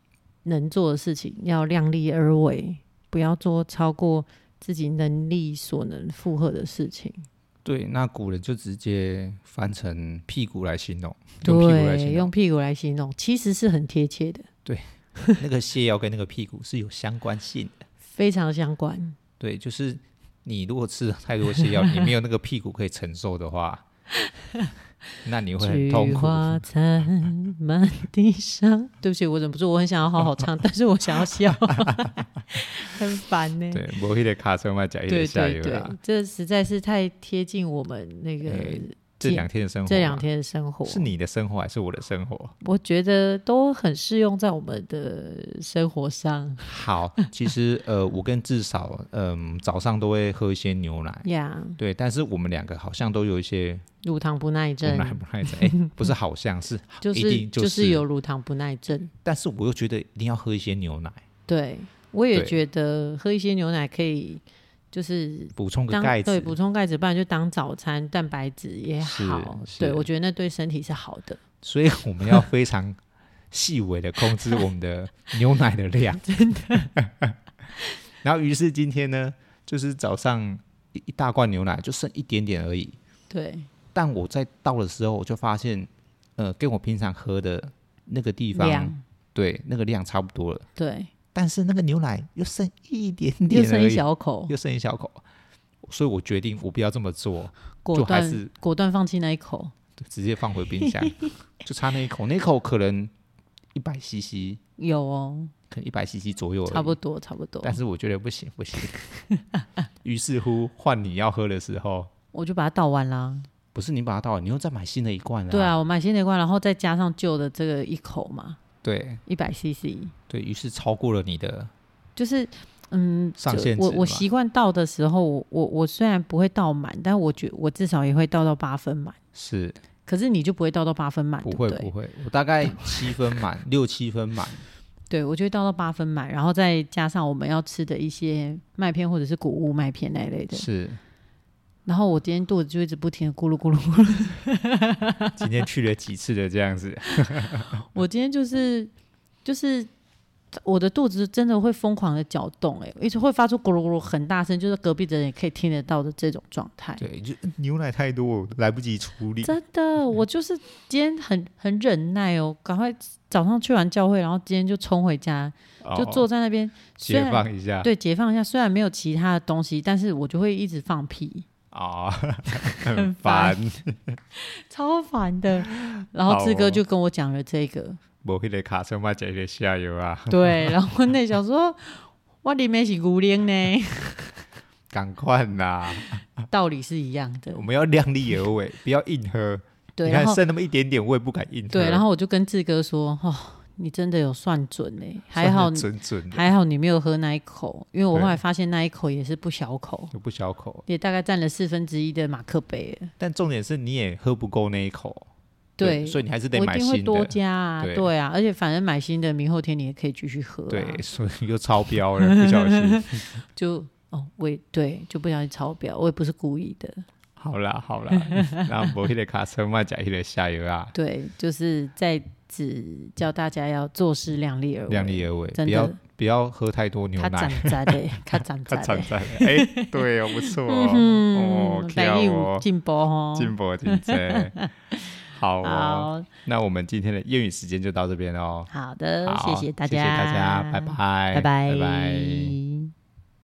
[SPEAKER 2] 能做的事情，要量力而为，不要做超过自己能力所能负荷的事情。
[SPEAKER 1] 对，那古人就直接翻成屁股来形容，用屁股来
[SPEAKER 2] 对，
[SPEAKER 1] 形
[SPEAKER 2] 用
[SPEAKER 1] 容。
[SPEAKER 2] 屁股来形容，其实是很贴切的，
[SPEAKER 1] 那个泻药跟那个屁股是有相关性的。
[SPEAKER 2] 非常相关。
[SPEAKER 1] 对，就是你如果吃了太多
[SPEAKER 2] (laughs)
[SPEAKER 1] 泻药，你没有那个屁股可以承受的话，那你会很
[SPEAKER 2] 菊
[SPEAKER 1] 痛苦。
[SPEAKER 2] 花残满地伤。 (laughs) 对不起，我忍不住，我很想要好好唱，但是我想
[SPEAKER 1] (laughs)
[SPEAKER 2] 要笑，很烦呢、
[SPEAKER 1] 对，我一点卡车嘛，讲一点
[SPEAKER 2] 对
[SPEAKER 1] 下
[SPEAKER 2] 对
[SPEAKER 1] 游
[SPEAKER 2] 对
[SPEAKER 1] 啦。，
[SPEAKER 2] 这实在是太贴近我们那个、
[SPEAKER 1] 哎这两天的生活嘛，
[SPEAKER 2] 这两天的生活。
[SPEAKER 1] 是你的生活还是我的生活？
[SPEAKER 2] 我觉得都很适用在我们的生
[SPEAKER 1] (laughs)
[SPEAKER 2] 活上
[SPEAKER 1] 好，其实呃，我跟至少嗯、早上都会喝一些牛奶，
[SPEAKER 2] 呀。
[SPEAKER 1] 对，但是我们两个好像都有一些
[SPEAKER 2] 乳糖不耐
[SPEAKER 1] 不
[SPEAKER 2] 症
[SPEAKER 1] 耐不耐症，
[SPEAKER 2] (laughs)
[SPEAKER 1] 哎，不是好像是，
[SPEAKER 2] 就
[SPEAKER 1] 一
[SPEAKER 2] 是
[SPEAKER 1] 定就是
[SPEAKER 2] 是有乳糖不耐症。
[SPEAKER 1] 但是我又觉得一定要喝一些牛奶，
[SPEAKER 2] 对，我也
[SPEAKER 1] 对
[SPEAKER 2] 觉得喝一些牛奶可以，就是
[SPEAKER 1] 补充个
[SPEAKER 2] 当
[SPEAKER 1] 钙
[SPEAKER 2] 对
[SPEAKER 1] 质。
[SPEAKER 2] 补充钙质，不然就当早餐蛋白质也好。
[SPEAKER 1] 是
[SPEAKER 2] 对，
[SPEAKER 1] 是
[SPEAKER 2] 我觉得那对身体是好的。
[SPEAKER 1] 所以我们要非常细微的控制我们的牛奶的
[SPEAKER 2] (laughs)
[SPEAKER 1] 量，真的。 (laughs) 然后，于是今天呢，就是早上一一大罐牛奶就剩一点点而已，
[SPEAKER 2] 对，
[SPEAKER 1] 但我在倒的时候，我就发现，呃，跟我平常喝的那个地方，
[SPEAKER 2] 量
[SPEAKER 1] 对那个量差不多了，
[SPEAKER 2] 对，
[SPEAKER 1] 但是那个牛奶又剩一点
[SPEAKER 2] 又
[SPEAKER 1] 点
[SPEAKER 2] 剩
[SPEAKER 1] 而
[SPEAKER 2] 一
[SPEAKER 1] 已
[SPEAKER 2] 小口，
[SPEAKER 1] 又剩一小口，所以我决定我不要这么做，
[SPEAKER 2] 果
[SPEAKER 1] 就还
[SPEAKER 2] 断
[SPEAKER 1] 是
[SPEAKER 2] 果断放弃那一口。
[SPEAKER 1] 直接放回冰
[SPEAKER 2] (laughs)
[SPEAKER 1] 箱，就差那一口，那一口可能一百 CC，
[SPEAKER 2] 有哦，
[SPEAKER 1] 可能一百 CC 左右，
[SPEAKER 2] 差不。多，差不多。
[SPEAKER 1] 但是我觉得不行不行， (laughs) 于是乎换你要喝的时候，
[SPEAKER 2] 我就把它倒完啦。
[SPEAKER 1] 不是你把它倒了，你又再买新的一罐了、
[SPEAKER 2] 对啊，，我买新的一罐，然后再加上旧的这个一口嘛，
[SPEAKER 1] 对
[SPEAKER 2] 一百 CC，
[SPEAKER 1] 对，于是超过了你的
[SPEAKER 2] 就是嗯，
[SPEAKER 1] 上
[SPEAKER 2] 就
[SPEAKER 1] 限值
[SPEAKER 2] 我
[SPEAKER 1] 了
[SPEAKER 2] 我
[SPEAKER 1] 吧
[SPEAKER 2] 习惯倒的时候，我我我虽然不会倒满，但我觉我至少也会倒到八分满。
[SPEAKER 1] 是
[SPEAKER 2] 可是你就不会倒到八分满，
[SPEAKER 1] 不会
[SPEAKER 2] 啊对不
[SPEAKER 1] 不
[SPEAKER 2] 对？
[SPEAKER 1] 会，我大概七分满，六七分满，
[SPEAKER 2] 对，我就会倒到八分满，然后再加上我们要吃的一些麦片或者是谷物麦片那一类的。
[SPEAKER 1] 是
[SPEAKER 2] 然后我今天肚子就一直不停的咕噜咕噜咕噜。
[SPEAKER 1] 今天去了几次的这样
[SPEAKER 2] (laughs)
[SPEAKER 1] 子，
[SPEAKER 2] 我今天就是就是我的肚子真的会疯狂的搅动、欸，哎，一直会发出咕噜咕噜很大声，就是隔壁的人也可以听得到的这种状态。
[SPEAKER 1] 对，就牛奶太多，来不及处理，
[SPEAKER 2] 真的，我就是今天很很忍耐哦，赶快早上去完教会，然后今天就冲回家，
[SPEAKER 1] 哦
[SPEAKER 2] 就坐在那边，虽
[SPEAKER 1] 解
[SPEAKER 2] 然
[SPEAKER 1] 放一下，
[SPEAKER 2] 对，解放一下。虽然没有其他的东西，但是我就会一直放屁， (laughs)
[SPEAKER 1] 啊，很
[SPEAKER 2] 烦
[SPEAKER 1] 烦，
[SPEAKER 2] 超烦
[SPEAKER 1] (laughs)
[SPEAKER 2] 的。然后志
[SPEAKER 1] 好
[SPEAKER 2] 哥
[SPEAKER 1] 哦
[SPEAKER 2] 就跟我讲了这
[SPEAKER 1] (laughs)
[SPEAKER 2] 个，
[SPEAKER 1] 无迄个卡车嘛，一个下游啊，
[SPEAKER 2] 对，然后我内想说，我里面是牛奶呢， (laughs)
[SPEAKER 1] 赶快啦，
[SPEAKER 2] 道理是一样的
[SPEAKER 1] (laughs) 我。们要量力而为，不要硬喝。
[SPEAKER 2] 对，
[SPEAKER 1] 你
[SPEAKER 2] 然
[SPEAKER 1] 看
[SPEAKER 2] 后
[SPEAKER 1] 剩那么一点点，我也不敢硬喝。
[SPEAKER 2] 对，然后我就跟志哥说，哦，你真的有算准呢、还好
[SPEAKER 1] 算得准准的，
[SPEAKER 2] 还好你没有喝那一口，因为我
[SPEAKER 1] 对
[SPEAKER 2] 后来发现那一口也是不小口。
[SPEAKER 1] 就不小口。
[SPEAKER 2] 也大概占了四分之一的马克杯了。
[SPEAKER 1] 但重点是你也喝不够那一口，
[SPEAKER 2] 对，
[SPEAKER 1] 所以你还是得
[SPEAKER 2] 我一
[SPEAKER 1] 买
[SPEAKER 2] 定会
[SPEAKER 1] 新
[SPEAKER 2] 多
[SPEAKER 1] 的。
[SPEAKER 2] 加啊，
[SPEAKER 1] 对
[SPEAKER 2] 对啊，而且反正买新的，明后天你也可以继续喝、啊。
[SPEAKER 1] 对，，所以又超标了，不小心。
[SPEAKER 2] 就哦，我也对，就不小心超标，我也不是故意的。
[SPEAKER 1] 好啦好啦， (laughs) 那无迄个卡车嘛，加迄个下游啊，
[SPEAKER 2] 对，就是在只教大家要做事量力而为，
[SPEAKER 1] 量力而为，
[SPEAKER 2] 真
[SPEAKER 1] 不
[SPEAKER 2] 的
[SPEAKER 1] 要不要喝太多牛
[SPEAKER 2] 他
[SPEAKER 1] 奶。
[SPEAKER 2] 长在嘞，他长
[SPEAKER 1] (laughs) 他
[SPEAKER 2] 在
[SPEAKER 1] 惨
[SPEAKER 2] 嘞。
[SPEAKER 1] 惨，哎，对哦，不错哦，
[SPEAKER 2] 嗯
[SPEAKER 1] 哦，，
[SPEAKER 2] 百
[SPEAKER 1] 巧
[SPEAKER 2] 力
[SPEAKER 1] 哦
[SPEAKER 2] 五进步哦。
[SPEAKER 1] 进步进
[SPEAKER 2] (laughs)
[SPEAKER 1] 阶，好哦。
[SPEAKER 2] 好
[SPEAKER 1] 那我们今天的谚语时间就到这边哦。
[SPEAKER 2] 好的，
[SPEAKER 1] 好，
[SPEAKER 2] 谢谢大家，
[SPEAKER 1] 谢谢大家，拜拜，
[SPEAKER 2] 拜拜
[SPEAKER 1] 拜拜